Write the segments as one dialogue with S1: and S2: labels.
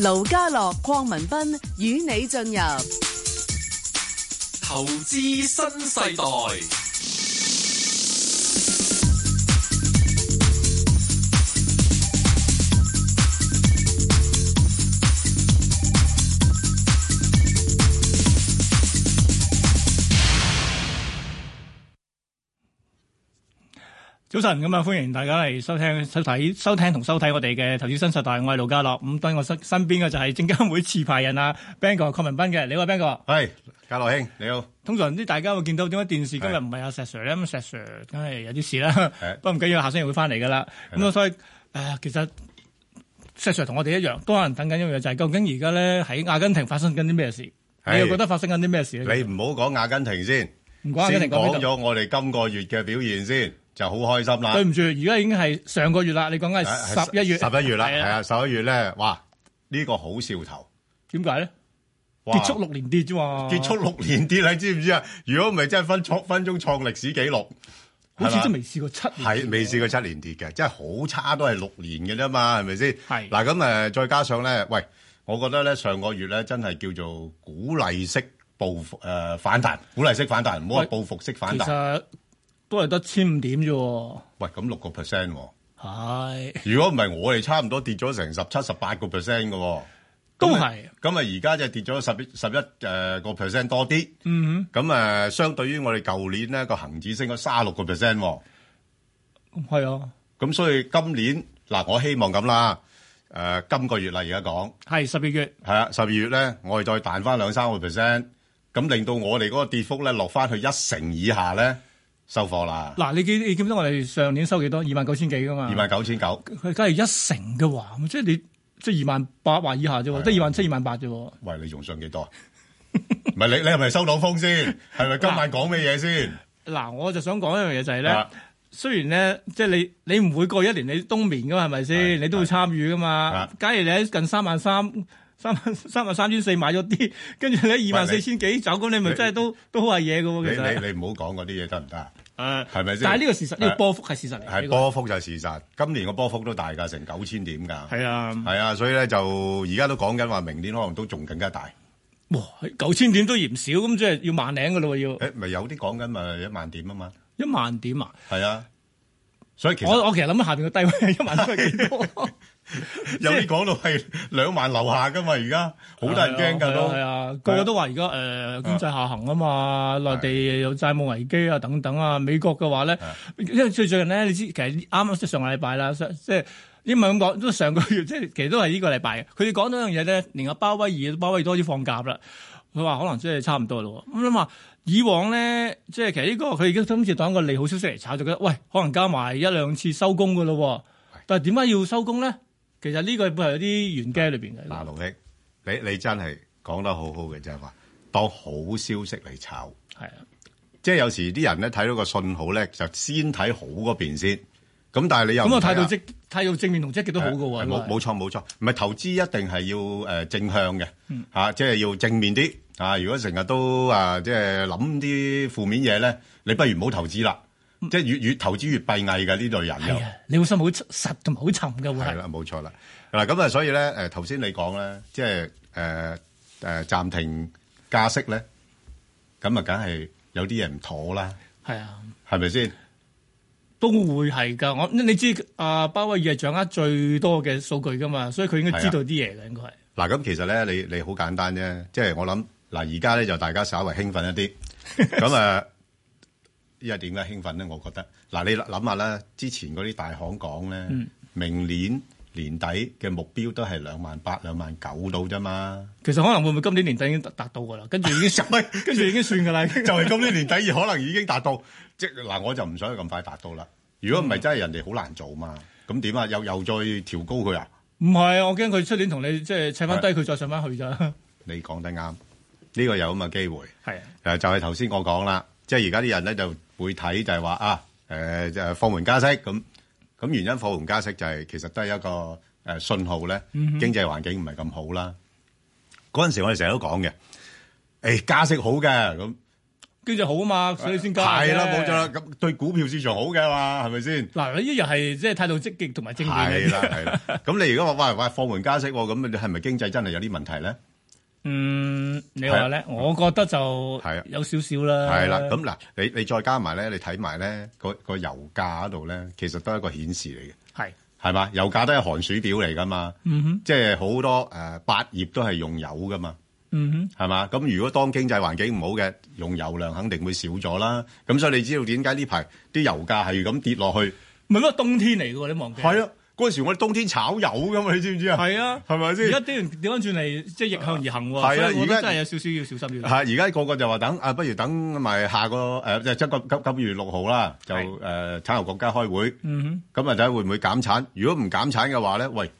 S1: 盧家樂、鄺民彬與你進入
S2: 投資新世代，
S3: 早晨，咁啊，歡迎大家嚟收聽、收睇、收聽同收睇我哋嘅投資新世代，我係盧家樂。咁當然我身身邊嘅就係證監會持牌人啊，Bang 哥鄺民彬嘅，你好 Bang 哥。
S4: 係，家樂兄你好。
S3: 通常啲大家會見到點解電視今日
S4: 係
S3: 唔係阿石 Sir 咧？咁石 Sir 梗係有啲事啦
S4: 係，
S3: 不過唔緊要，下星期會翻嚟噶啦。咁啊，所以誒、其實石 Sir 同我哋一樣，都可能等緊一樣嘢，就係究竟而家咧喺阿根廷發生緊啲咩事？
S4: 係
S3: 你又覺得發生緊啲咩事咧？
S4: 你唔好講阿根廷先，
S3: 唔講阿根廷
S4: 先
S3: 講
S4: 講
S3: 邊度？
S4: 咗我哋今個月嘅表現先，就好開心啦。啊
S3: 對唔住，而家已經係上個月啦，你講緊係啊十一月。
S4: 十一月啦，
S3: 係
S4: 係啊，十一月咧，哇，呢個好兆頭，
S3: 點解咧？
S4: 哇
S3: 結束六連跌啫嘛，
S4: 結束六年跌，你知唔知啊？如果唔係，真係分創分鐘創歷史紀錄，
S3: 好似
S4: 係
S3: 都
S4: 嘛
S3: 未試過七年。
S4: 係未試過七年跌嘅，即係好差都係六年嘅啫嘛，係咪先？
S3: 係
S4: 嗱咁誒，呃再加上咧，喂，我覺得咧上個月咧真係叫做鼓勵式報復誒反彈，鼓勵式反彈，唔好話
S3: 喂
S4: 報復式反
S3: 其
S4: 彈。
S3: 實都係得千五點啫喎。
S4: 喂，咁六個 percent 喎。
S3: 係，
S4: 如果唔係，我哋差唔多跌咗成十七、十八個 percent 嘅喎。
S3: 都
S4: 咁啊
S3: 係。
S4: 咁啊，而家就跌咗十一、十一誒呃個 percent 多啲。
S3: 嗯
S4: 咁啊，相對於我哋舊年咧個恒指升咗三六個 percent 喎。
S3: 哼，係啊，
S4: 咁所以今年嗱，我希望咁啦。誒、今個月啦，而家講
S3: 係十二月。
S4: 係啊，十二月咧，我哋再彈翻兩三個 percent，咁令到我哋嗰個跌幅咧落翻去一成以下咧，收貨啦，
S3: 嗱，你記你記唔記得我哋上年收幾多？二萬九千幾噶嘛。
S4: 二萬九千九。
S3: 佢梗係一成嘅話，咁即係你即係二萬八或以下啫喎，即係二萬七、二萬八啫喎。
S4: 喂，你仲想幾多啊？唔係你你係咪收到風先？係咪今晚講咩嘢先？
S3: 嗱，我就想講一樣嘢就係咧
S4: 啊，
S3: 雖然咧，即係你你唔會過一年你冬眠噶嘛，係咪先？
S4: 係
S3: 你都會參與噶嘛
S4: 啊。
S3: 假如你喺近三萬三、三萬三萬三千四買咗啲，跟住你喺二萬四千幾走，咁你咪
S4: 你
S3: 真係都都好係嘢嘅
S4: 你
S3: 喎，其實。
S4: 你你唔好講嗰啲嘢得唔得啊？
S3: 誒，
S4: 係咪先？
S3: 但係呢個事實，呢個
S4: 係
S3: 波幅係事實嚟嘅。
S4: 係
S3: 呢個
S4: 波幅就係事實，今年個波幅都大㗎，成九千點㗎。
S3: 係啊，
S4: 係啊，所以咧就而家都講緊話，明年可能都仲更加大。
S3: 哇，九千點都嫌少，咁即係要萬零嘅咯喎，要
S4: 誒，咪有啲講緊咪一萬點啊嘛。
S3: 一萬點啊！
S4: 係啊，所以其實
S3: 我我其實諗緊下邊個低位係一萬點係幾多？
S4: 有啲講到係兩萬樓下㗎嘛，而家好得人驚㗎
S3: 係
S4: 都。
S3: 啊，個個都話而家誒經濟下行啊嘛，內地有債務危機啊等等啊，美國嘅話咧，因為最最近咧，你知其實啱啱上個禮拜啦，上即係。英文咁講，都上個月 即係其實都係呢個禮拜嘅。佢哋講到一樣嘢咧，連阿鮑威爾，鮑威爾多啲放假啦。佢話可能即係差唔多咯喎。咁諗下，以往咧即係其實呢個佢而家今次當一個利好消息嚟炒，就覺得喂可能加埋一兩次收工嘅咯喎。但係點解要收工咧？其實呢個背後有啲玄機喺裏邊嘅。
S4: 嗱，盧兄，你你真係講得好好嘅，就係話當好消息嚟炒。
S3: 係啊。
S4: 即係有時啲人咧睇到個信號咧，就先睇好嗰邊先。咁但係你又
S3: 咁
S4: 唔
S3: 我
S4: 睇啊
S3: 態度積態度正面同積極都好嘅喎，
S4: 係
S3: 因為
S4: 冇冇錯冇錯，唔係投資一定係要誒、呃正向嘅嚇、
S3: 嗯
S4: 啊即係要正面啲啊！如果成日都啊即係諗啲負面嘢咧，你不如唔好投資啦。即係越越投資越閉翳嘅呢類人
S3: 嗯
S4: 又
S3: 係啊，你個心好實同埋好沉嘅會
S4: 係
S3: 係
S4: 啦，冇錯啦。嗱咁啊，所以咧誒頭先你講咧，即係誒誒暫停加息咧，咁啊梗係有啲嘢唔妥啦，
S3: 係啊，
S4: 係咪先？
S3: 都會係㗎。我你知啊，鮑威爾係掌握最多嘅數據㗎嘛，所以佢
S4: 啊
S3: 應該知道啲嘢嘅應該係。
S4: 嗱，咁其實咧，你你好簡單啫，即係我諗嗱，而家咧就大家稍為興奮一啲，咁啊，因為點解興奮咧？我覺得嗱，你諗下啦，之前嗰啲大行講咧，明年年底嘅目標都係兩萬八、兩萬九到啫嘛，
S3: 其實可能會唔會今年年底已經達達到㗎啦，跟住 已經上， 跟住已經算㗎啦。
S4: 就係今年年底而可能已經達到，即係嗱，我就唔想佢咁快達到啦。如果唔係，真係人哋好難做嘛。咁點啊？又又再調高佢啊？
S3: 唔係啊，我驚佢出年同你即係砌翻低，佢再上翻去咋。
S4: 你講得啱，呢個有咁嘅機會。
S3: 係啊，
S4: 誒就 係頭先我講啦，即係而家啲人咧就會睇就係話啊誒就係放緩加息咁，咁原因放緩加息就係、其實都係一個誒、呃信號咧，經濟環境唔係咁好啦。嗰陣時我哋成日都講嘅，誒、加息好嘅咁，
S3: 經濟好啊嘛，所以先加嘅
S4: 係啦，冇錯啦。。咁對股票市場好嘅嘛，係咪先？
S3: 嗱，呢樣係即係態度積極同埋正面
S4: 係
S3: 嘅。
S4: 啦，係啦。咁你如果話喂喂放緩加息喎，咁你係咪經濟真係有啲問題咧？
S3: 嗯，你話咧，我覺得就
S4: 係啊
S3: 有少少啦。
S4: 係啦，咁嗱，你你再加埋咧，你睇埋咧個個油價嗰度咧，其實都係一個顯示嚟嘅。
S3: 係
S4: 係嘛？油價都係寒暑表嚟噶嘛，
S3: 嗯
S4: 即係好多誒、呃八業都係用油噶嘛，
S3: 嗯哼
S4: 係嘛？咁如果當經濟環境唔好嘅，用油量肯定會少咗啦。咁所以你知道點解呢排啲油價係咁跌落去？
S3: 唔係乜冬天嚟嘅喎，你忘記
S4: 係啊，嗰陣時我哋冬天炒油噶嘛，你知唔知啊？
S3: 係啊，
S4: 係咪先
S3: 而家啲人調翻轉嚟，即係逆向而行
S4: 係啊
S3: 喎。所以我覺得
S4: 而家
S3: 真係有少少要小心
S4: 嚇！
S3: 要。
S4: 而家個個就話等啊，不如等埋下個誒，即係即今今今月六號啦，就誒、呃、產油國家開會，
S3: 嗯
S4: 咁啊睇下會唔會減產。如果唔減產嘅話咧，喂，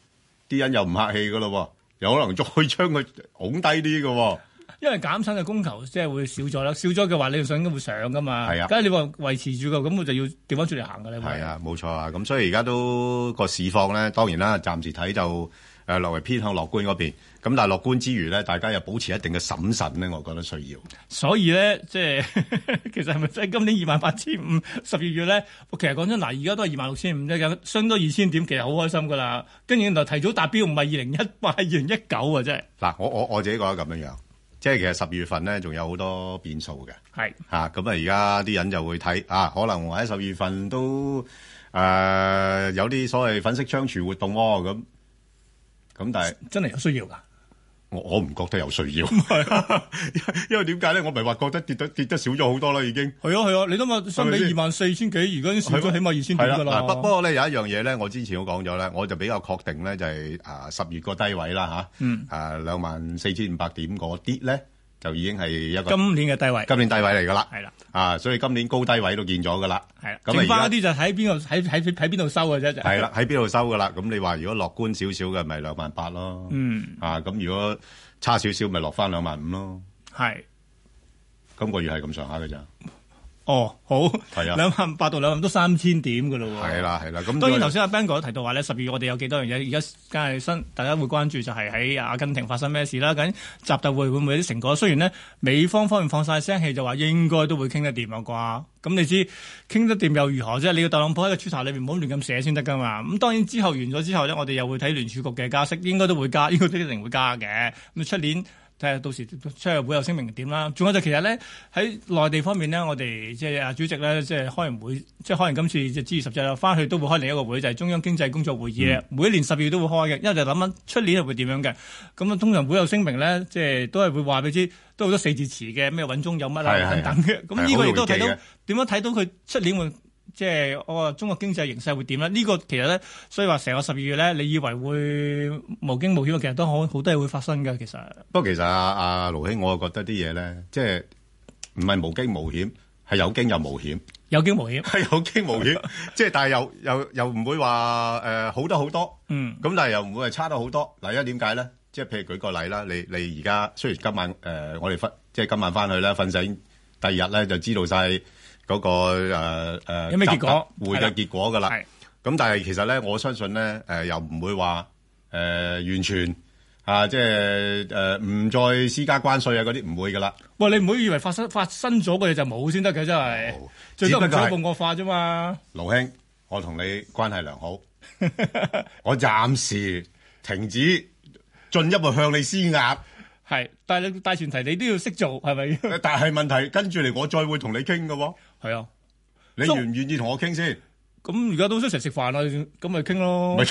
S4: 啲人又唔客氣噶咯喎，有可能再將佢拱低啲嘅喎。
S3: 哼，因為減產嘅供求即係會少咗啦，少咗嘅話，你想應該會上噶嘛。
S4: 係啊
S3: 梗係你話維持住嘅，咁我就要調翻轉嚟行㗎啦。會
S4: 係啊，冇錯啊。咁所以而家都個市況咧，當然啦，暫時睇就誒略為偏向樂觀嗰邊。咁但係樂觀之餘咧，大家又保持一定嘅審慎咧，我覺得需要。
S3: 所以咧，即係 其實係咪真係今年二萬八千五？十二月咧，其實講真，嗱，而家都係二萬六千五啫，有相多二千點，其實好開心噶啦。跟住原來提早達標，唔係二零一八，係二零一九啊，真係
S4: 嗱，我我我自己覺得咁樣樣，即係其實十二月份咧，仲有好多變數嘅
S3: 係
S4: 嚇。咁啊，而家啲人就會睇啊，可能我喺十二月份都誒、有啲所謂粉飾窗櫥活動喎、咁咁但係。
S3: 真係有需要㗎。
S4: 我我唔覺得有需要， 因為點解咧？我咪話覺得跌得跌得少咗好多啦，已經。
S3: 係啊係啊，你諗下，相
S4: 係咪
S3: 比
S4: 先
S3: 二萬四千幾，而家已經少咗起碼二千點
S4: 係
S3: 㗎啦。
S4: 啦，嗱不不過咧有一樣嘢咧，我之前都講咗咧，我就比較確定咧就係啊十月個低位啦吓，
S3: 嗯
S4: 啊兩萬四千五百點嗰啲咧就已經係一個
S3: 今年嘅低位
S4: 今年低位嚟㗎啦，
S3: 係啦
S4: 啊，所以今年高低位都見咗㗎啦，
S3: 係啦，
S4: 咁
S3: 剩
S4: 啊
S3: 翻
S4: 而
S3: 嗰
S4: 家
S3: 啲就睇邊個喺喺喺邊度收嘅啫，就
S4: 係啦，喺邊度收㗎啦？咁你話如果樂觀少少嘅，咪兩萬八咯，
S3: 嗯
S4: 啊咁如果差少少，咪落翻兩萬五咯。
S3: 係。
S4: 今個月係咁上下㗎咋，
S3: 哦，好，
S4: 係啊
S3: 兩萬八到兩萬都三千點㗎咯喎。
S4: 係啦係啦，咁
S3: 當然頭先阿 Ben 哥提到話咧，十二月我哋有幾多樣嘢，而家梗係新，大家會關注就係喺阿根廷發生咩事啦。緊集特會會唔會有啲成果？雖然呢，美方方面放晒聲氣，就話應該都會傾得掂啊啩。咁你知傾得掂又如何啫？你要特朗普喺個 Twitter 裏面唔好亂咁寫先得㗎嘛。咁當然之後完咗之後呢，我哋又會睇聯儲局嘅加息，應該都會加，應該都一定會加嘅。咁出年。睇下到時出嚟會有聲明點啦。仲有就其實咧喺內地方面咧，我哋即係啊主席咧，即係開完會，即係開完今次即係 G 二十隻啦，翻去都會開另一個會，就係、中央經濟工作會議
S4: 嗯
S3: 咧。每一年十二月都會開嘅，因為就諗緊出年係會點樣嘅。咁啊，通常會有聲明咧，即係都係會話俾你知，都好多四字詞嘅，咩穩中有乜
S4: 係
S3: 啊等
S4: 係
S3: 等嘅。咁呢
S4: 係好
S3: 個亦
S4: 容易
S3: 都睇
S4: 記
S3: 到
S4: 嘅
S3: 點樣睇到佢出年會。即係我話中國經濟形勢會點咧？呢、個其實咧，所以話成個十二月咧，你以為會無驚無險，其實都好好多嘢會發生嘅。其實
S4: 不過其實阿阿盧兄，我覺得啲嘢咧，即係唔係無驚無險，係有驚又 無險，
S3: 有驚無險。
S4: 係有驚無險，即係但係又又又唔會話誒、呃好得好多，
S3: 嗯，
S4: 咁但係又唔會係差得好多。嗱，因為點解咧？即係譬如舉個例啦，你你而家雖然今晚誒、呃我哋瞓，即係今晚翻去啦，瞓醒第二日咧就知道晒嗰、個誒、呃呃
S3: 有咩結果
S4: 集會
S3: 係啦
S4: 嘅結果㗎啦。
S3: 係
S4: 咁但係其實咧，我相信咧，誒、又唔會話誒、完全啊，即係誒唔再施加關税啊嗰啲唔會噶啦。
S3: 喂，你唔好以為發生發生咗嘅嘢就冇先得嘅，真係
S4: 冇
S3: 最多
S4: 只
S3: 唔
S4: 不過
S3: 想
S4: 係
S3: 暴惡化啫嘛。
S4: 盧兄，我同你關 係良好，我暫時停止進一步向你施壓，
S3: 係，但係你大前提你都要識做，係 咪？
S4: 但係問題跟住嚟，我再會同你傾嘅喎。
S3: 係啊，
S4: 你
S3: 中
S4: 願唔願意同我傾先？
S3: 咁而家都出成食飯啦，咁咪傾咯
S4: 咪。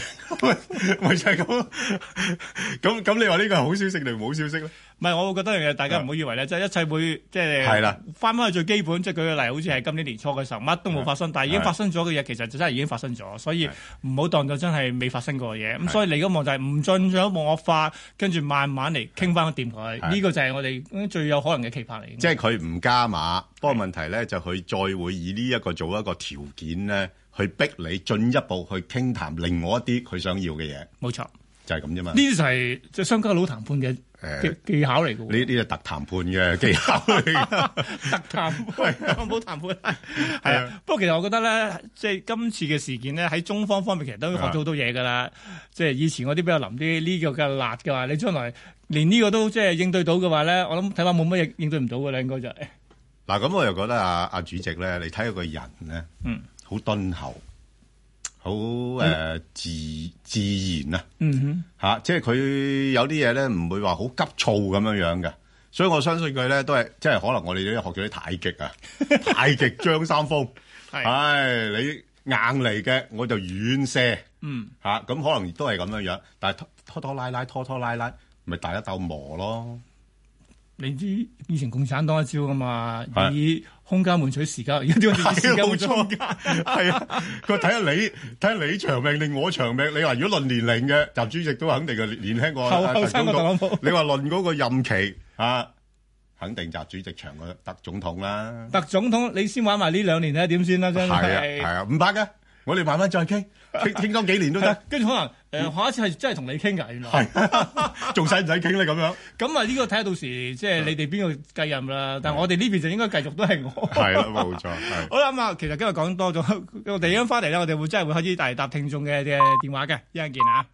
S4: 咪就係咁， 咁咁你話呢個係好消息定唔好消息咧？
S3: 唔係，我會覺得樣嘢，大家唔好以為咧，即係一切會即係
S4: 啊係啦，
S3: 翻返去最基本，即係舉個例，好似係今年年初嘅時候，乜都
S4: 啊
S3: 冇發生，但係已經發生咗嘅嘢，其實就真係已經發生咗，所以唔好當咗真係未發生過嘅嘢。咁所以嚟緊望就係唔進咗望惡化，跟住慢慢嚟傾翻掂佢，
S4: 係
S3: 呢個就係我哋嗯最有可能嘅期盼嚟。
S4: 即係佢唔加碼，不過問題咧就佢再會以呢一個做一個條件咧，去逼你進一步去傾談另外一啲佢想要嘅嘢，
S3: 冇錯。
S4: 就係咁啫嘛。
S3: 呢啲就係即係商家佬談判嘅
S4: 誒
S3: 技技巧嚟嘅
S4: 呢
S3: 喎，
S4: 呢個特談判嘅技巧嚟 㗎
S3: 特談判冇談判係啊。不過其實我覺得咧，即係今次嘅事件咧，喺中方方面其實都學咗好多嘢㗎啦。即係以前嗰啲比較腍啲，呢個嘅辣嘅話，你將來連呢個都即係應對到嘅話咧，我諗睇怕冇乜嘢應對唔到㗎啦，應該就係
S4: 嗱，咁我又覺得啊，阿主席咧，你睇佢個人咧，
S3: 嗯，
S4: 好敦厚，好誒、呃自自然啊，
S3: 嗯哼，
S4: 嚇、即係佢有啲嘢咧唔會話好急躁咁樣樣嘅，所以我相信佢咧都係，即係可能我哋都學咗啲太極 啊，太極張三豐，
S3: 係
S4: 啊唉，你硬嚟嘅我就遠射。
S3: 嗯，
S4: 嚇，咁、可能都係咁樣樣，但係拖拖拖拉拉，拖拖拉拉，咪大家鬥磨咯。
S3: 你知以前共產黨一招噶嘛，
S4: 係
S3: 以空間換取時間，而家點解要以時間換取 空間？
S4: 係啊，佢睇下你睇下你長命定我長命。你話如果論年齡嘅，習主席都肯定係年年輕過
S3: 後
S4: 啊
S3: 後生過特朗普
S4: 你話論嗰個任期啊，肯定習主席長過特總統啦。
S3: 特總統你先玩埋呢兩年睇下點先啦，真
S4: 係啊，係
S3: 係。
S4: 啊，唔怕嘅，我哋慢慢再傾，傾傾多幾年都得。
S3: 跟住可能誒、呃下一次係真係同你傾㗎，原來。
S4: 係，仲使唔使傾咧？咁樣
S3: 咁啊，呢個睇下到時即係你哋邊個繼任啦。但係我哋呢邊就應該繼續都係我。
S4: 係啦，冇錯，係
S3: 好啦，咁啊，其實今日講多咗，我哋一翻嚟咧，我哋會真係會開始大答聽眾嘅嘅電話嘅，一陣見啊！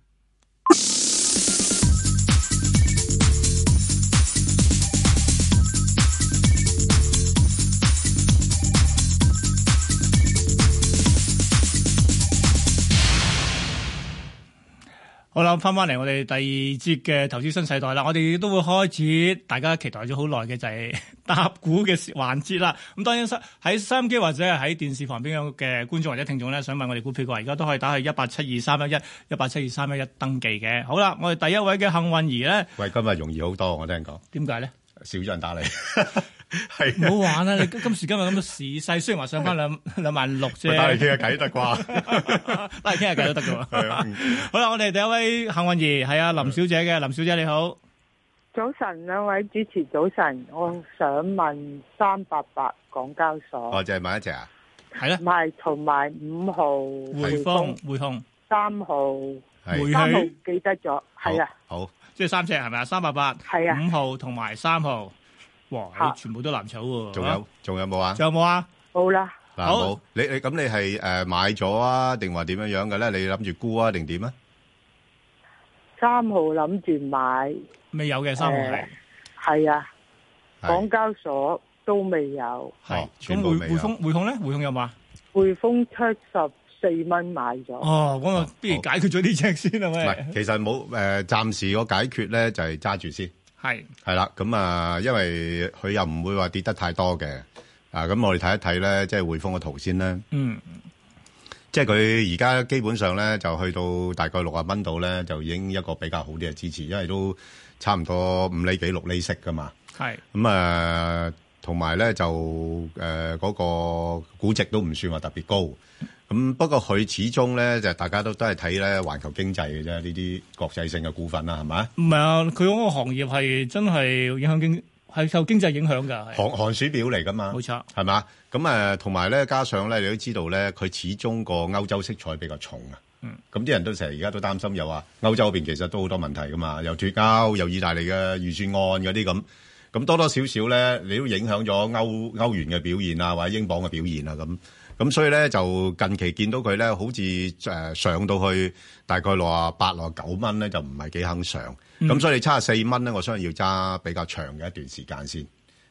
S3: 好啦，翻翻嚟我哋第二節嘅投資新世代啦，我哋都會開始大家期待咗好耐嘅就係 答股嘅環節啦。咁當然收喺收音機或者係喺電視旁邊嘅觀眾或者聽眾咧，想問我哋股票嘅話，而家都可以打去一八七二三一一一八七二三一一登記嘅。好啦，我哋第一位嘅幸運兒咧，
S4: 喂，今日容易好多，我聽講
S3: 點解咧？
S4: 少咗人打你，係
S3: 唔好玩啦！你今今時今日咁嘅時勢，雖然話上翻兩兩萬六啫
S4: 咪，打嚟傾下偈得啩？
S3: 打嚟傾下偈都得嘅
S4: 係
S3: 喎。
S4: 啊。
S3: 好啦，我哋第一位幸運兒係阿林小姐嘅，林小姐你好。
S5: 早晨，兩位主持早晨，我想問三八八港交所，
S4: 哦，就係買一隻啊？
S3: 係啦
S5: 唔，係同埋五號匯
S3: 匯豐
S5: 豐、
S3: 匯控。
S5: 三號，
S4: 係
S3: 回
S5: 三號
S3: 去
S5: 記得咗，係啊，
S4: 好，好
S3: 即係三隻係咪啊？三百八、
S5: 係啊
S3: 五號同埋三號，哇！
S5: 嚇
S3: 你全部都藍籌喎。
S4: 仲
S3: 啊
S4: 有仲有冇啊？
S3: 仲有冇啊？
S5: 好啦，
S4: 嗱，
S3: 好
S4: 冇你你咁你係誒買咗啊，定話點樣樣嘅咧？你諗住沽啊，定點啊？
S5: 三號諗住買，
S3: 未有嘅三號係
S5: 誒係啊，港
S4: 係
S5: 交所都未有，
S3: 係
S4: 哦
S3: 咁
S4: 全部
S3: 匯
S4: 未
S3: 匯
S4: 有
S3: 豐匯控咧，匯控有冇啊？
S5: 匯豐七十四蚊買咗，
S3: 哦，咁啊，不如解決咗呢只先啦
S4: 唔係，
S3: 喂。
S4: 其實冇誒，暫時個解決咧就係揸住先，
S3: 係
S4: 係啦。咁啊，因為佢又唔會話跌得太多嘅。啊，咁我哋睇一睇咧，即係匯豐個圖先啦。
S3: 嗯
S4: 即係佢而家基本上咧，就去到大概六啊蚊度咧，就已經一個比較好啲嘅支持，因為都差唔多五厘幾六厘息噶嘛。
S3: 係
S4: 咁啊，誒同埋咧就誒嗰、個估值都唔算話特別高。咁不過佢始終咧就大家都都係睇咧環球經濟嘅啫，呢啲國際性嘅股份啦，係咪？
S3: 唔係啊？佢嗰個行業係真係影響經係受經濟影響㗎，係
S4: 寒寒暑表嚟噶嘛，
S3: 冇錯。
S4: 係嘛？咁誒同埋咧，加上咧你都知道咧，佢始終個歐洲色彩比較重啊。
S3: 嗯。
S4: 咁啲人都成日而家都擔心，又話歐洲嗰邊其實都好多問題噶嘛，又脱歐，又意大利嘅預算案嗰啲咁。咁多多少少咧，你都影響咗歐歐元嘅表現啊，或者英鎊嘅表現啊咁。咁所以咧，就近期見到佢咧，好似誒、呃上到去大概六啊八、六啊九蚊咧，就唔係幾肯上。咁、
S3: 嗯
S4: 所以你七啊四蚊咧，我相信要揸比較長嘅一段時間先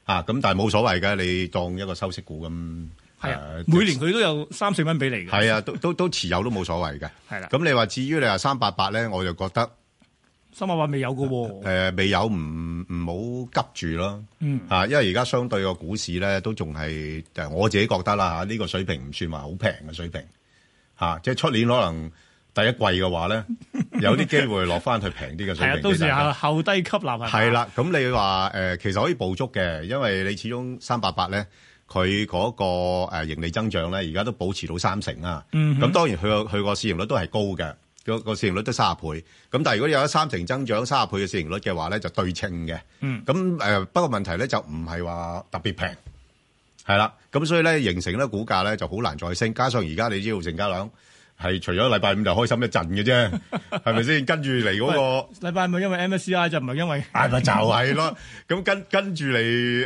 S4: 啊。咁但係冇所謂嘅，你當一個收息股咁。
S3: 係啊
S4: 呃，
S3: 每年佢都有三四蚊俾你嘅。
S4: 係啊，都都都持有都冇所謂嘅。
S3: 係啦，
S4: 咁你話至於你話三八八咧，我就覺得。
S3: 三百八未有嘅喎。
S4: 誒呃未有唔唔好急住咯，
S3: 嗯
S4: 啊，因為而家相對個股市咧都仲係誒我自己覺得啦嚇，呢個水平唔算話好平嘅水平嚇、啊即係出年可能第一季嘅 話咧，有啲機會落翻去平啲嘅水
S3: 係啊，
S4: 平。
S3: 到時後後低吸納係嘛
S4: 係，啦，咁你話誒、呃其實可以捕捉嘅，因為你始終三八八咧，佢嗰個呃盈利增長咧，而家都保持到三成啦。
S3: 嗯
S4: 咁、當然佢個佢個市盈率都係高嘅，個個市盈率都三十倍。咁但係如果你有咗三成增長、三十倍嘅市盈率嘅話咧，就對稱嘅。
S3: 嗯
S4: 咁誒、呃不過問題咧就唔係話特別平，係啦。咁所以咧形成咧股價咧就好難再升，加上而家你知道成交量係除咗禮拜五就開心一陣嘅啫，係咪先？跟住嚟嗰個。
S3: 禮拜五因為 MSCI 就唔係因為
S4: 係啊咪就係咯？咁跟跟住嚟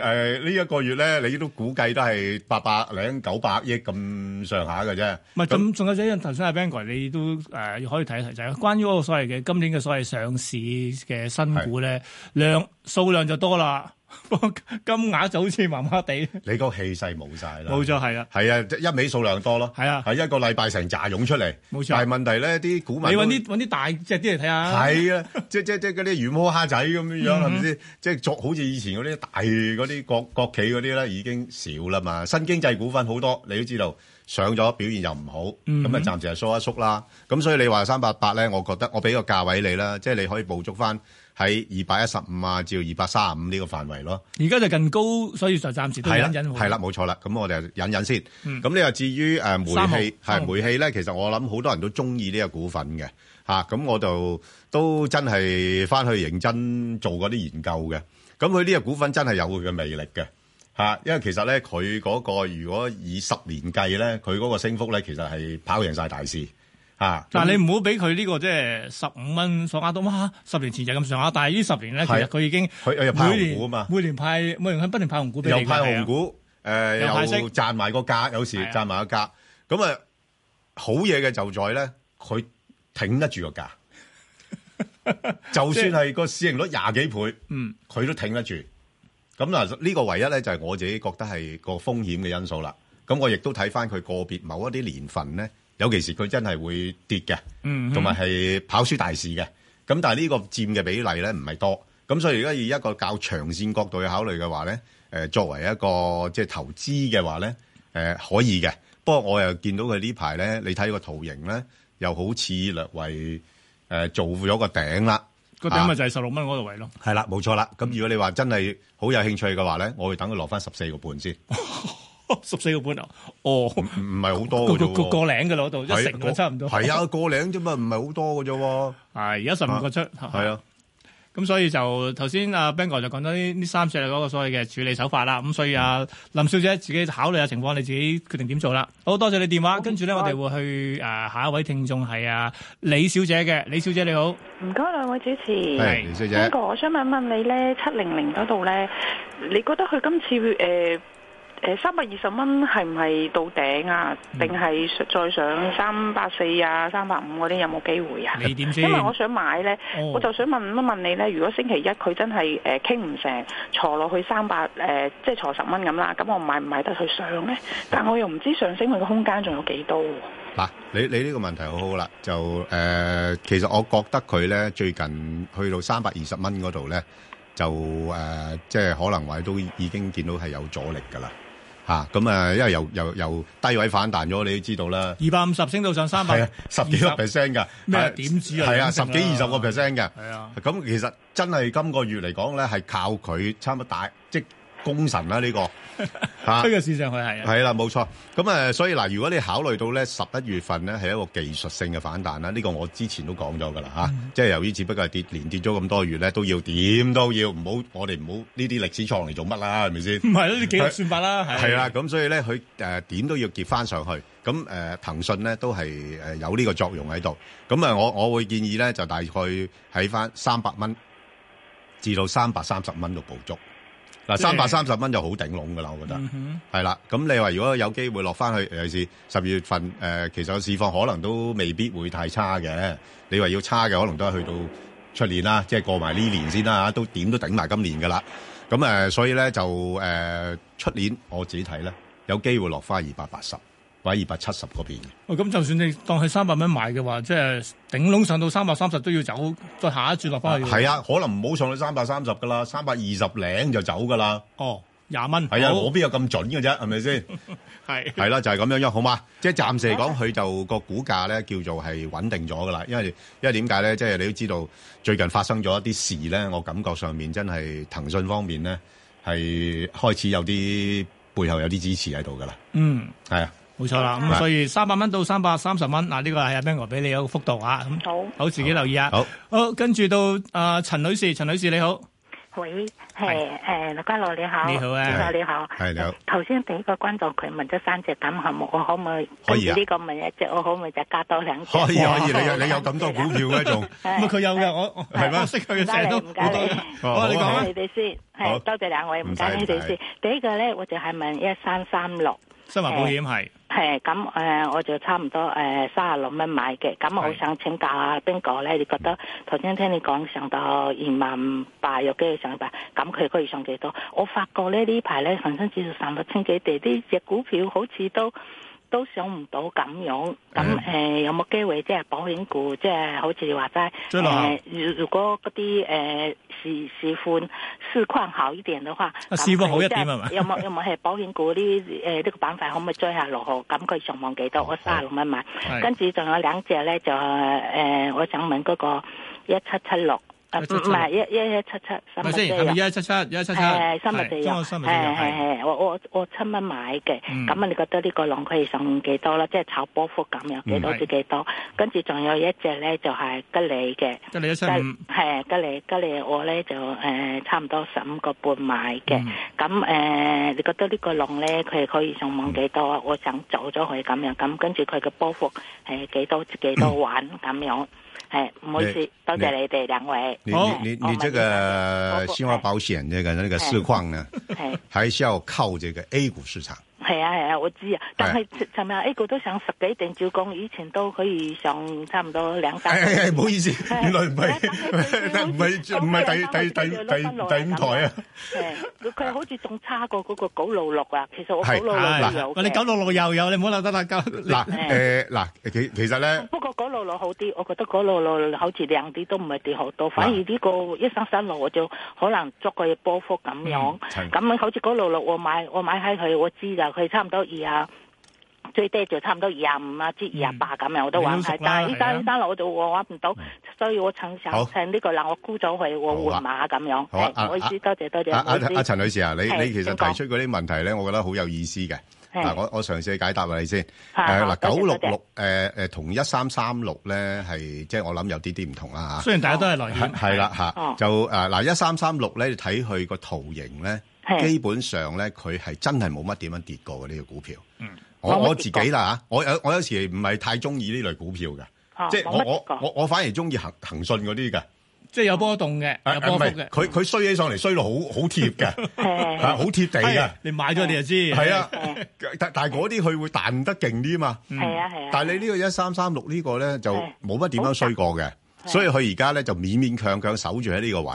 S4: 誒呢一個月咧，你都估計都係八百零九百億咁上下嘅啫。
S3: 唔係，
S4: 咁
S3: 仲仲有一樣頭先阿 Bang 哥你都誒、呃可以睇一睇，就係、關於嗰個所謂嘅今年嘅所謂上市嘅新股咧，量數量就多啦， 不過金額就好似麻麻地，
S4: 你個氣勢冇晒啦。
S3: 冇錯係啊，
S4: 係啊，即一味數量多咯。
S3: 係啊
S4: 係一個禮拜成扎湧出嚟。
S3: 冇錯
S4: 但係問題咧，啲股民
S3: 你
S4: 都
S3: 揾啲揾啲大隻啲嚟睇下，
S4: 啊係啊，即即即嗰啲魚毛蝦仔咁樣樣係咪先？即係作好似以前嗰啲大嗰啲國國企嗰啲咧已經少啦嘛。新經濟股份好多，你都知道上咗表現又唔好，咁啊暫時係縮一縮啦。咁所以你話三八八咧，我覺得我俾個價位你啦，即係你可以捕捉翻喺二百一十五啊至到二百三十五呢個範圍咯。
S3: 而家就近高，所以就暫時都
S4: 係啦，
S3: 隱隱
S4: 係啦，冇錯啦。咁我哋忍忍先。
S3: 嗯
S4: 咁你話至於誒煤
S3: 三號
S4: 氣
S3: 三號
S4: 係煤氣咧，其實我諗好多人都中意呢個股份嘅嚇。咁我就都真係翻去認真做嗰啲研究嘅。咁佢呢個股份真係有佢嘅魅力嘅嚇，因為其實咧佢嗰個如果以十年計咧，佢嗰個升幅咧其實係跑贏晒大市嚇。
S3: 但
S4: 咁
S3: 係你唔好俾佢呢個即係十五蚊所額到，哇！十年前就咁上下，但係呢十年咧，其
S4: 係
S3: 實佢已經
S4: 佢又派
S3: 每
S4: 紅股啊
S3: 年
S4: 嘛，
S3: 每年派每年不斷派紅股俾你
S4: 又
S3: 嘅啊
S4: 派紅，股，誒
S3: 又派息
S4: 又賺埋個價，有時
S3: 係啊
S4: 賺埋個價。咁啊，好嘢嘅就在咧，佢挺得住個 價。就算係個市盈率廿幾倍，
S3: 嗯，
S4: 佢都挺得住。咁嗱，呢個唯一咧就係我自己覺得係個風險嘅因素啦。咁我亦都睇翻佢個別某一啲年份咧，尤其是佢真係會跌嘅，
S3: 嗯哼
S4: 同埋係跑輸大市嘅。咁但係呢個佔嘅比例咧唔係多，咁所以而家以一個較長線角度去考慮嘅話咧，誒、作為一個即係投資嘅話咧，誒、可以嘅。不過我又見到佢呢排咧，你睇個圖形咧，又好似略為誒、做咗個頂啦。
S3: 個頂咪就係十六蚊嗰度位咯。
S4: 係啦，冇錯啦。
S3: 嗯
S4: 咁如果你話真係好有興趣嘅話咧，我會等佢落翻十四個半先，
S3: 十四個半啊！哦，
S4: 唔唔係好
S3: 個
S4: 多嘅
S3: 個
S4: 啫
S3: 個
S4: 喎。
S3: 個零嘅咯，度一成
S4: 個
S3: 嘅差唔多。
S4: 係啊，個零啫嘛，唔係好多嘅啫喎。
S3: 係，而家十五個出。係
S4: 係啊，
S3: 咁所以就頭先阿 Ben 哥就講咗呢呢三隻嗰個所謂嘅處理手法啦。咁所以
S4: 嗯
S3: 啊，林小姐自己考慮下情況，你自己決定點做啦。好多謝你電話，跟住咧我哋會去誒、呃下一位聽眾係啊李小姐嘅，李小姐你好，
S6: 唔該兩位主持。
S3: 嗯
S4: 係李小
S6: 邊
S4: 姐
S6: 個？我想問問你呢，七零零嗰度呢，你覺得佢今次誒誒三百二十蚊係唔係到頂啊？
S3: 嗯
S6: 定係再上三百四啊、三百五嗰啲有冇機會啊？
S3: 你點先？
S6: 因為我想買呢，
S3: 哦
S6: 我就想問一問你呢，如果星期一佢真係誒傾唔成，坐落去三百誒，即係坐十蚊咁啦，咁我買唔買得佢上呢？但我又唔知上升佢嘅空間仲有幾多喎。
S4: 嗱，你你呢個問題好好啦，就誒、呃其實我覺得佢咧最近去到三百二十蚊嗰度咧，就誒、呃即係可能話都已經見到係有阻力㗎啦，嚇咁啊，因為由由由低位反彈咗，你都知道啦，
S3: 二百五十升到上三
S4: 係
S3: 百
S4: 啊，十幾個 percent 㗎，
S3: 咩
S4: 係
S3: 點子啊
S4: 係啊，
S3: 飲
S4: 十
S3: 食
S4: 幾
S3: 啦
S4: 二十個 percent 㗎，
S3: 係啊，
S4: 咁其實真係今個月嚟講咧，係靠佢差唔多大即功臣啦呢個嚇
S3: 推個市上去係啊，
S4: 係啦，冇錯。咁誒，所以嗱，如果你考慮到咧十一月份咧係一個技術性嘅反彈啦，呢個我之前都講咗噶啦嚇，即係由於只不過係跌連跌咗咁多月咧，都要點都要唔好，我哋唔好呢啲歷史創嚟做乜啦，係咪先？
S3: 唔係咯？你幾個算法啦，係啊
S4: 係啦，，咁所以咧，佢誒點都要結翻上去。咁誒、呃、騰訊咧都係誒有呢個作用喺度。咁啊，我我會建議咧就大概喺翻三百蚊至到三百三十蚊度捕捉。嗱，
S3: 即係
S4: 三百三十蚊就好頂籠噶啦，我覺得
S3: 嗯哼
S4: 係啦。咁你話如果有機會落翻去，尤其是十二月份誒、呃其實個市況可能都未必會太差嘅。你話要差嘅，可能都係去到出年啦，即係過埋呢年先啦，都點都頂埋今年噶啦。咁誒、呃所以咧就誒出、年我自己睇咧，有機會落翻二百八十或者二百七十嗰邊嘅。
S3: 喂哦咁就算你當佢三百蚊買嘅話，即係頂籠上到三百三十都要走，再下一轉落翻去。
S4: 係啊，可能唔好上到三百三十噶啦，三百二十零就走噶啦。
S3: 哦，廿蚊。
S4: 係啊，
S3: 好
S4: 我邊有咁準嘅啫，係咪先？
S3: 係
S4: 係啦，就係咁樣樣，好嘛？即係暫時嚟講，佢就個股價咧叫做係穩定咗噶啦，因為因為點解咧？即係你都知道最近發生咗一啲事咧，我感覺上面真係騰訊方面咧係開始有啲背後有啲支持喺度噶啦，
S3: 嗯。
S4: 係啊，
S3: 冇錯啦，咁
S4: 係
S3: 所以三百蚊到三百三十蚊，啊嗱呢個係阿 Ben 哥俾你一個幅度啊，咁
S6: 好
S3: 好自己留意啊。
S4: 好，
S3: 好，跟住到啊陳女士，陳女士你好，
S7: 喂，誒誒，陸家樂你好，
S3: 你好啊
S7: 家樂你好，
S4: 係你好。
S7: 頭先俾個觀眾佢問咗三隻咁項目，我可唔可以
S4: 可以啊
S7: 跟住呢個問一隻，我可唔可以就加多兩隻？
S4: 可以啊
S7: 哇
S4: 可以，你有你有咁多啊股票嘅仲，
S3: 咁
S7: 係
S3: 佢有嘅，我我
S7: 係咩
S3: 我識佢嘅
S7: 唔
S3: 成日
S7: 該
S3: 都
S7: 你，唔該你，
S4: 好
S3: 好啊你
S7: 唔
S3: 講啊
S7: 該你哋先，
S4: 好
S7: 係多謝兩位，唔該
S4: 唔使
S7: 你哋
S4: 唔使
S7: 先。第一個咧，我就係問一三三六，
S3: 新華保險係
S7: 係咁誒，我就差唔多誒三十六蚊買嘅。咁我
S3: 係
S7: 想請教下邊個咧？你覺得頭先聽你講上到二萬八，有機會上八，咁佢可以上幾多？我發覺咧呢排咧恒生指數上到千幾地，呢只股票好似都都上唔到咁樣。咁
S3: 嗯
S7: 誒、有冇機會即係保險股，即係好似你話齋
S3: 追落後
S7: 誒？如如果嗰啲誒市市況市況好一點嘅話，
S3: 啊
S7: 咁
S3: 市況好一
S7: 佢即係
S3: 點係嘛
S7: 有冇有冇係保險股 呢？誒呢個板塊可唔可以追下落後？咁佢上望幾多？
S3: 哦
S7: 我三十六蚊買，
S3: 係
S7: 跟住仲有兩隻咧就誒、呃我想問嗰個一七七六啊，唔
S3: 1776
S7: 唔係一一一七七
S3: 係
S7: 三
S3: 咪
S7: 百
S3: 先？係咪一七七一七七？
S7: 誒三百四
S3: 係
S7: 啊有，
S3: 中國
S7: 誒係
S3: 三百四有係。
S7: 係係我我我七蚊買嘅，
S3: 嗯
S7: 咁啊你覺得呢個浪佢係上幾多啦？即係炒波幅咁樣幾多
S3: 嗯
S7: 至幾多？跟住仲有一隻咧就係吉利嘅。
S3: 即係你一七
S7: 吉
S3: 五，
S7: 係吉利吉利，我咧就誒、呃差唔多十五個半買嘅。
S3: 嗯
S7: 咁誒、呃你覺得呢個浪咧，佢可以上網幾多啊？我想走咗佢咁樣，咁跟住佢嘅波幅係幾多至幾多玩咁樣？係唔好意思
S4: 你，
S7: 多謝
S4: 你
S7: 你哋兩位。
S4: 你
S3: 好
S4: 你
S7: 我
S4: 你你
S7: 们
S4: 这
S7: 我
S4: 个
S7: 不
S4: 新华保险这个那个市况呢，
S7: 係
S4: 还是要靠这个 A 股市场。
S7: 係啊係啊，我知啊，但係尋日 A 股都上十幾定照講，以前都可以上差唔多兩
S4: 哎
S7: 三。
S4: 哎哎唔好意思，原來唔係唔係唔係第第第第第五台啊。
S7: 誒佢好似仲差過嗰個九六六啊。其實我
S4: 係
S7: 九六
S3: 係
S7: 六有
S3: 喂你九
S7: 嘅，
S3: 六六又有，你唔好留得啦。九嗱
S4: 嗱誒嗱，其其實咧。
S7: 不過九六六好啲，我覺得九六六好似靚啲，都唔係跌好
S4: 啊
S7: 多。反而呢個一三三六我就可能捉佢波幅咁樣。
S4: 係
S7: 咁好似九六六我買我買喺佢，我知㗎，佢差唔多二啊。最低就差唔多二廿五
S4: 嗯
S7: 啊，至二廿八咁樣我都玩
S3: 你都熟
S7: 係
S3: 啦，
S7: 但係
S3: 係
S7: 呢
S3: 啊
S7: 單呢單樓我就我玩唔到，所以我趁手
S4: 嗯好
S7: 趁呢個嗱，我沽咗佢，我換馬咁樣。
S4: 好啊
S7: 係唔好意
S4: 啊
S7: 思，多謝多謝。
S4: 阿
S7: 唔好
S4: 阿
S7: 意思
S4: 阿陳女士啊，你
S7: 係
S4: à, 你其實
S7: 請講
S4: 提出嗰啲問題咧，我覺得好有意思嘅。
S7: 係
S4: 嗱，我我嘗試解答下你先。
S7: 係
S4: 誒
S7: 好
S4: 嗱，九
S7: 多
S4: 六
S7: 謝多謝
S4: 六誒誒同一三三六咧係即係我諗有啲啲唔同啦嚇。
S3: 雖然大家都係內險，
S4: 係啦嚇
S7: 哦，
S4: 就誒啊嗱一三三六咧，你睇佢個圖形咧，
S7: 係
S4: 基本上咧佢係真係冇乜點樣跌過嘅呢個股票。我
S7: 嗯冇乜
S4: 我自
S7: 跌過
S4: 己啦嚇，我有我有時唔係太中意呢類股票嘅，
S7: 哦
S4: 即係我我
S7: 冇乜跌過
S4: 我我反而中意恒恒信嗰啲嘅。
S3: 即係有波動嘅，
S4: 啊
S3: 有波
S4: 唔
S3: 幅
S4: 係
S3: 嘅。
S4: 佢佢衰起上嚟衰到好好貼 嘅，啊
S7: 係
S4: 係好貼地嘅
S3: 係，你買咗你就知。
S4: 係啊。但但係嗰啲佢會彈得勁啲嘛。
S7: 係啊係啊。
S4: 但係你呢個一三三六呢個咧就
S7: 係
S4: 冇乜點樣衰過嘅，
S7: 好
S4: 所以佢而家咧就勉勉強強守住喺呢個位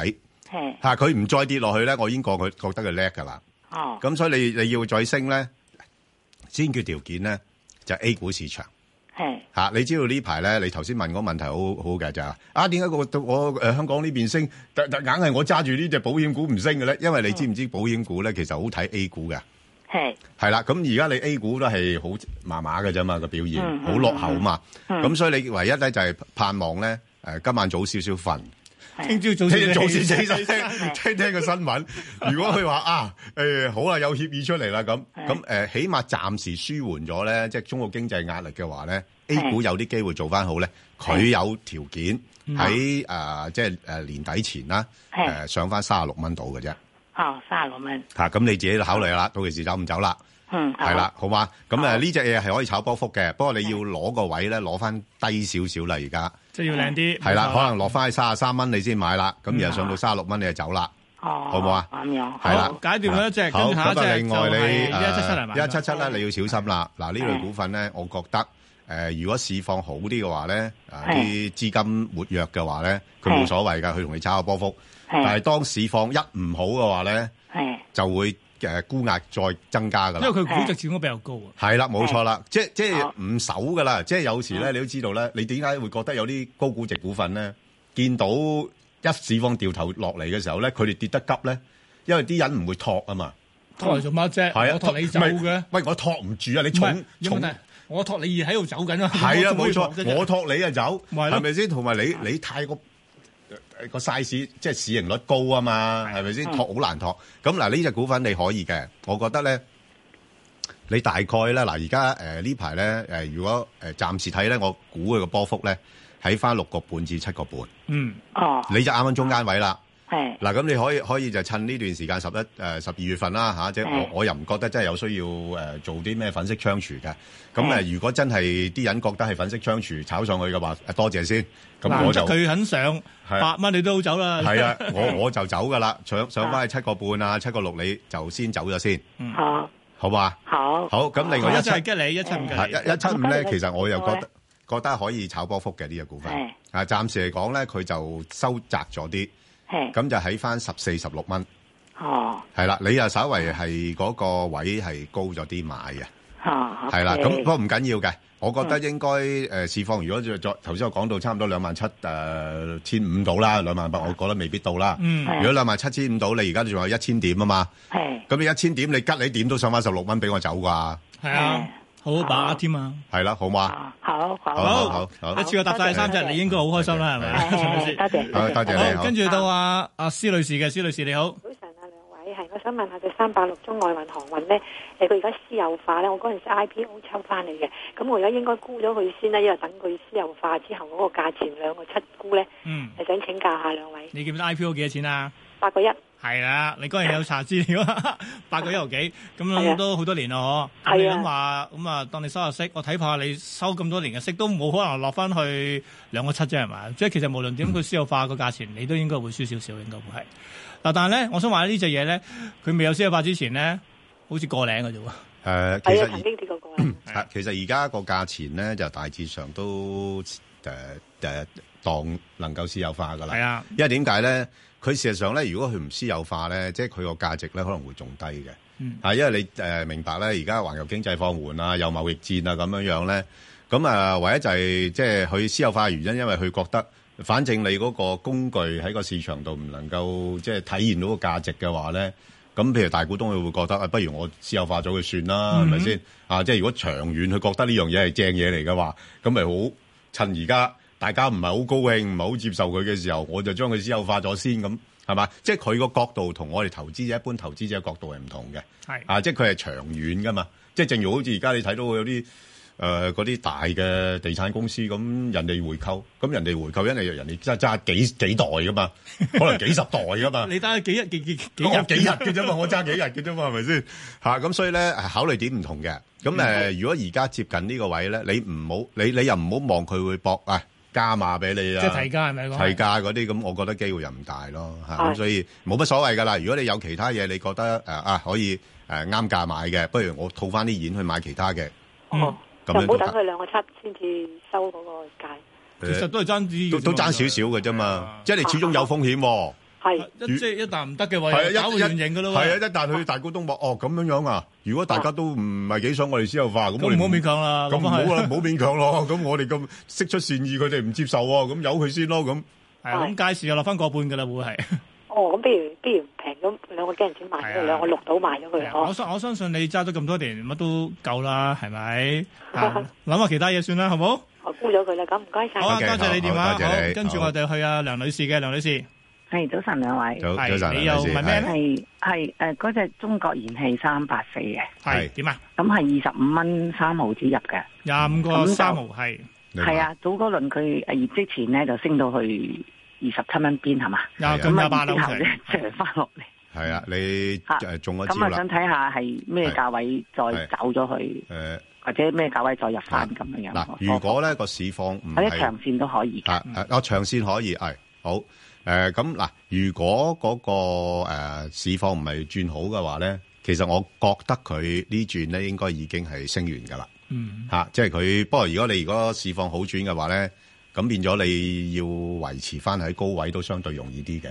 S7: 係
S4: 嚇，啊佢唔再跌落去咧，我已經覺佢覺得佢叻㗎啦。
S7: 哦
S4: 咁所以你你要再升咧，先決條件咧就係 A 股市場。
S7: 係
S4: 嚇、你知道呢排咧，你頭先問嗰個問題好好嘅就係啊，點解我到我誒、呃香港呢邊升，但但硬係我揸住呢只保險股唔升嘅咧？因為你知唔知保險股咧其實好睇 A 股嘅，
S7: 係
S4: 係啦。咁而家你 A 股都係好麻麻嘅啫嘛，個表現
S7: 嗯嗯嗯
S4: 好落後嘛。咁、所以你唯一咧就係盼望咧誒、呃今晚早少少瞓。
S3: 聽朝早
S4: 聽早先
S3: 先
S4: 起身聽聽聽個新聞。 如果佢話啊，誒、好啦，有協議出嚟啦，咁咁誒，起碼暫時舒緩咗咧，即係中國經濟壓力嘅話咧，A 股有啲機會做翻好咧，佢有條件喺誒、呃即係誒年底前啦，誒、
S7: 係
S4: 上翻三十六蚊度嘅啫。
S7: 哦三十六蚊，
S4: 嚇、咁你自己考慮啦，到時走唔走啦？
S7: 嗯
S4: 係啦，，好嘛？咁
S7: 好
S4: 誒呢只嘢係可以炒波幅嘅，不過你要攞個位咧，攞翻低少少啦，而家
S3: 即係要靚啲。
S4: 係啦，
S3: 冇錯
S4: 可能落翻去三十三蚊你先買啦，咁然後上到三十六蚊你就走啦。
S7: 好哦
S4: 好唔好啊
S7: 咁樣
S4: 係啦
S3: 好解決咗一隻，
S4: 好
S3: 跟住下一
S4: 咁啊
S3: 隻
S4: 另
S3: 就
S4: 外
S3: 係啊嗯
S4: 你呃
S3: 一七七零嘛。
S4: 一七七咧，你要小心啦。嗱，呢類
S7: 係
S4: 股份咧，我覺得呃誒，如果市況好啲嘅話咧，啊
S7: 係
S4: 啲資金活躍嘅話咧，佢冇
S7: 係
S4: 所謂㗎，佢同你炒下波幅。但係
S7: 係
S4: 當市況一唔好嘅話咧，
S7: 係
S4: 就會誒估壓再增加㗎
S3: 因為
S4: 啦。
S3: 佢哦估值始終比較高啊。
S4: 係啦，冇錯啦，即即
S7: 好
S4: 唔守㗎啦。即係有時
S3: 嗯
S4: 咧，你都知道咧，你點解會覺得有啲高估值股份咧，見到一市況掉頭落嚟嘅時候咧，佢哋跌得急咧，因為啲人唔會托啊嘛。
S3: 拖嚟做乜啫？
S4: 係啊，
S3: 我托你走嘅。
S4: 喂，我托唔住啊！你
S3: 唔
S4: 重
S3: 係有
S4: 重
S3: 問題我托你而喺度走緊啊。
S4: 係啊，
S3: 我做咩托啫
S4: 冇錯，我托你啊走，
S3: 咪係咯
S4: 係咪先？同埋你你太過呃個 size 即係市盈率高啊嘛，
S3: 嗯
S4: 係咪先？托好難托。咁嗱，呢只股份你可以嘅，我覺得咧，你大概咧嗱，而家誒呢排咧誒，如果誒暫時睇咧，我估佢個波幅咧喺翻六個半至七個半，
S3: 嗯，
S7: 哦
S4: 你就啱啱中間位啦。
S7: 係
S4: 嗱，咁你可以可以就趁呢段時間十一誒十二月份啦嚇，即係
S7: 嗯
S4: 我我又唔覺得真係有需要誒、呃做啲咩粉飾窗廚嘅。咁呃
S7: 嗯
S4: 誒，如果真係啲人覺得係粉飾窗廚炒上去嘅話，多謝先。咁
S3: 嗱
S4: 我就
S3: 佢肯上
S4: 係
S3: 八
S4: 啊
S3: 蚊，你都好走啦。
S4: 係啊，我我就走㗎啦，上上翻去七個半啊，七個六你就先走咗先，
S7: 哦
S4: 好嘛？
S7: 好，
S4: 好，咁另
S3: 我
S4: 外
S3: 一
S4: 一七
S3: 啊真係激你，一七唔
S4: 嗯係
S3: 激
S4: 一一七五咧，其實我又覺
S7: 咁
S4: 得覺得可以炒波幅嘅呢只股份
S7: 係。
S4: 啊，暫時嚟講咧，佢就收窄咗啲，
S7: 係，
S4: 咁就喺翻十四十六蚊。
S7: 哦，
S4: 係啦，你又稍為係嗰個位係高咗啲買嘅，
S7: 哦，
S4: 係啦。
S7: OK
S4: 咁不過唔緊要嘅，我覺得應該誒市況如果再再頭先我講到差唔多兩萬七誒千五到啦，兩萬八，我覺得未必到啦。
S3: 嗯
S7: 係
S4: 如果兩萬七千五到，你而家仲有一千點啊嘛，
S7: 係，
S4: 咁你一千點你吉你點都上翻十六蚊俾我走啩，
S3: 你，係啊，好好把握添啊！
S4: 係啦，好嘛？
S7: 哦，好，好，
S4: 好好好
S3: 一次過答晒三隻，你應該好開心啦，係咪啊？係咪
S7: 係，
S3: 先
S7: 係，多謝，
S4: 好，多謝你，
S3: 好，
S4: 好
S3: 跟住到阿阿施女士嘅，施女士你好，
S8: 早晨啊，兩位係，我想問下隻三百六中外運航運咧，誒佢而家私有化咧，我嗰陣時 IPO 抽翻嚟嘅，咁我而家應該沽咗佢先啦，因為等佢私有化之後嗰個價錢兩個七沽咧，
S3: 嗯，
S8: 係想請教下兩位，
S3: 你記唔記得 IPO 幾多錢啊？
S8: 八個一
S3: 係啦，你嗰日有查資料啊，八個一毫幾，咁
S8: 係
S3: 樣
S8: 啊
S3: 都好多年咯，嗬。
S8: 係啊
S3: 咁你諗話，咁啊，當你收下息，我睇怕你收咁多年嘅息都冇可能落翻去兩個七啫，係嘛？即係其實無論點，佢私有化個價錢，你都應該會輸少少，應該會係。嗱，但係咧，我想話呢隻嘢咧，佢未有私有化之前咧，好似過零嘅啫喎。
S4: 誒，呃其
S8: 係啊，
S4: 實
S8: 曾經跌過個
S3: 嗯
S8: 啦，
S4: 啊，其實而家個價錢咧就大致上都誒誒當能夠私有化噶啦。
S3: 係啊，
S4: 因為點解咧？佢事實上咧，如果佢唔私有化咧，即係佢個價值咧可能會仲低嘅。
S3: 嗯
S4: 啊，因為你誒、呃明白咧，而家環球經濟放緩啊，有貿易戰啊咁樣樣咧，咁啊、唯一就係、即係佢私有化嘅原因，因為佢覺得反正你嗰個工具喺個市場度唔能夠即係體現到個價值嘅話咧，咁譬如大股東佢會覺得啊，不如我私有化咗佢算啦，係咪先？啊，即係如果長遠佢覺得呢樣嘢係正嘢嚟嘅話，咁咪好趁而家大家唔係好高興，唔係好接受佢嘅時候，我就將佢私有化咗先咁，係嘛？即係佢個角度同我哋投資者一般投資者嘅角度係唔同嘅。
S3: 係。
S4: 啊，即係佢係長遠噶嘛，即係正如好似而家你睇到有啲誒嗰啲大嘅地產公司咁，人哋回購，咁人哋回購，因為人哋揸揸幾幾代噶嘛，可能幾十代噶嘛。
S3: 你睇下幾日幾幾哦幾
S4: 咁我
S3: 日
S4: 幾日嘅 啫嘛，我揸幾日嘅啫嘛，係咪先嚇？咁所以咧，考慮點唔同嘅。
S3: 嗯
S4: 咁誒，如果而家接近呢個位咧，你唔好你你又唔好望佢會搏啊加碼俾你啊，
S3: 即係提價係咪講？
S4: 提價嗰啲，咁我覺得機會又唔大咯嚇，咁
S8: 係
S4: 所以冇乜所謂㗎啦。如果你有其他嘢，你覺得誒、呃啊可以誒啱、價買嘅，不如我套翻啲錢去買其他嘅，
S3: 嗯
S8: 哦，
S4: 咁
S8: 就
S4: 樣
S8: 唔
S4: 都
S8: 好
S4: 得
S8: 等佢兩個七先至收嗰個價，
S3: 其實
S4: 誒
S3: 都係爭啲嘅
S4: 都
S3: 啫
S4: 都
S3: 嘛
S4: 爭少少嘅啫嘛
S3: 啊，
S4: 即係你始終有風險喎。
S8: 係
S3: 一即係一啖唔得嘅話，
S4: 係
S3: 搞
S4: 啊，
S3: 回原形嘅咯喎。
S4: 係啊，一旦去大股東話哦咁樣樣啊，如果大家都唔係幾想我哋私有化，咁我
S3: 咁唔
S4: 哋
S3: 好勉強啦，
S4: 咁唔好
S3: 係
S4: 啦，唔好勉強咯。咁我哋咁釋出善意，佢哋唔接受喎，咁由佢先咯。咁
S3: 係啊，咁街市又落翻個半嘅啦，會係。
S8: 哦，咁不如不如平咗兩個幾人錢賣
S3: 係
S8: 咗
S3: 啊
S8: 佢，兩個六到賣咗
S3: 係
S8: 佢，
S3: 啊我
S8: 哦，
S3: 相我相信你揸咗咁多年，乜都夠啦， 係咪？啊諗下其他嘢算啦，好冇？
S8: 我沽咗佢啦，咁唔該晒
S3: 好。啊，多
S4: OK，
S3: 謝你
S4: 好
S3: 電話。
S4: 好多謝你
S3: 好，跟住
S4: 好
S3: 我哋去阿梁女士嘅，梁女士
S7: 係早晨兩位，
S4: 早
S3: 係
S4: 早晨，
S3: 你
S4: 梁
S3: 又
S4: 女士
S3: 問咩
S4: 係
S3: 咧
S7: 係係誒嗰只中國燃氣三八四嘅，
S3: 係
S4: 係
S3: 點啊？
S7: 咁係二十五蚊三毫子入嘅，
S3: 廿五個
S7: 咁就
S3: 三毫係
S4: 你
S7: 係
S4: 話
S7: 啊，早嗰輪佢誒業績前咧就升到去二十七蚊邊係嘛，
S3: 廿
S4: 咁
S3: 咁
S7: 咁
S3: 廿
S7: 啊
S3: 八啦，
S7: 然
S3: 好
S7: 之後
S3: 似
S7: 咧上翻落嚟，
S4: 係啊，你
S7: 啊
S4: 誒中咗
S7: 咁
S4: 招
S7: 啊
S4: 啦
S7: 想。睇下係咩價位
S4: 係
S7: 再走咗去，
S4: 誒
S7: 或者咩價位再入翻咁樣樣。
S4: 嗱，如果咧個市況唔
S7: 或者
S4: 係
S7: 長線都可以嘅，
S4: 啊啊，我長線可以係好誒咁嗱，如果嗰個誒市況唔係轉好嘅話咧，其實我覺得佢呢轉咧應該已經係升完㗎啦。
S3: 嗯
S4: 吓、即係佢。不過如果你如果市況好轉嘅話咧，咁變咗你要維持翻喺高位都相對容易啲嘅。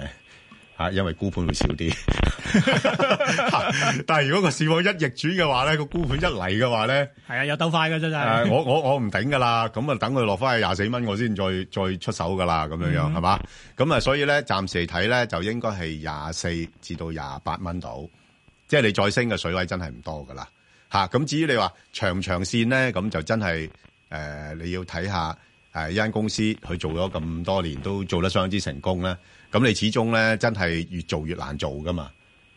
S4: 吓，因為沽盤會少啲， 嚇但係如果個市況一逆轉嘅話咧，個沽盤一嚟嘅話咧，
S3: 係啊，有鬥快嘅啫，真
S4: 誒、
S3: 係。
S4: 我我我唔頂噶啦，咁啊等佢落翻去廿四蚊，我先再再出手噶啦，咁樣
S3: 嗯
S4: 樣係嘛？咁啊，所以咧暫時嚟睇咧，就應該係廿四至到廿八蚊度，即係你再升嘅水位真係唔多噶啦嚇。咁、至於你話長長線咧，咁就真係誒、呃你要睇下誒一間公司佢做咗咁多年都做得相當之成功咧，咁你始終咧真係越做越難做噶嘛，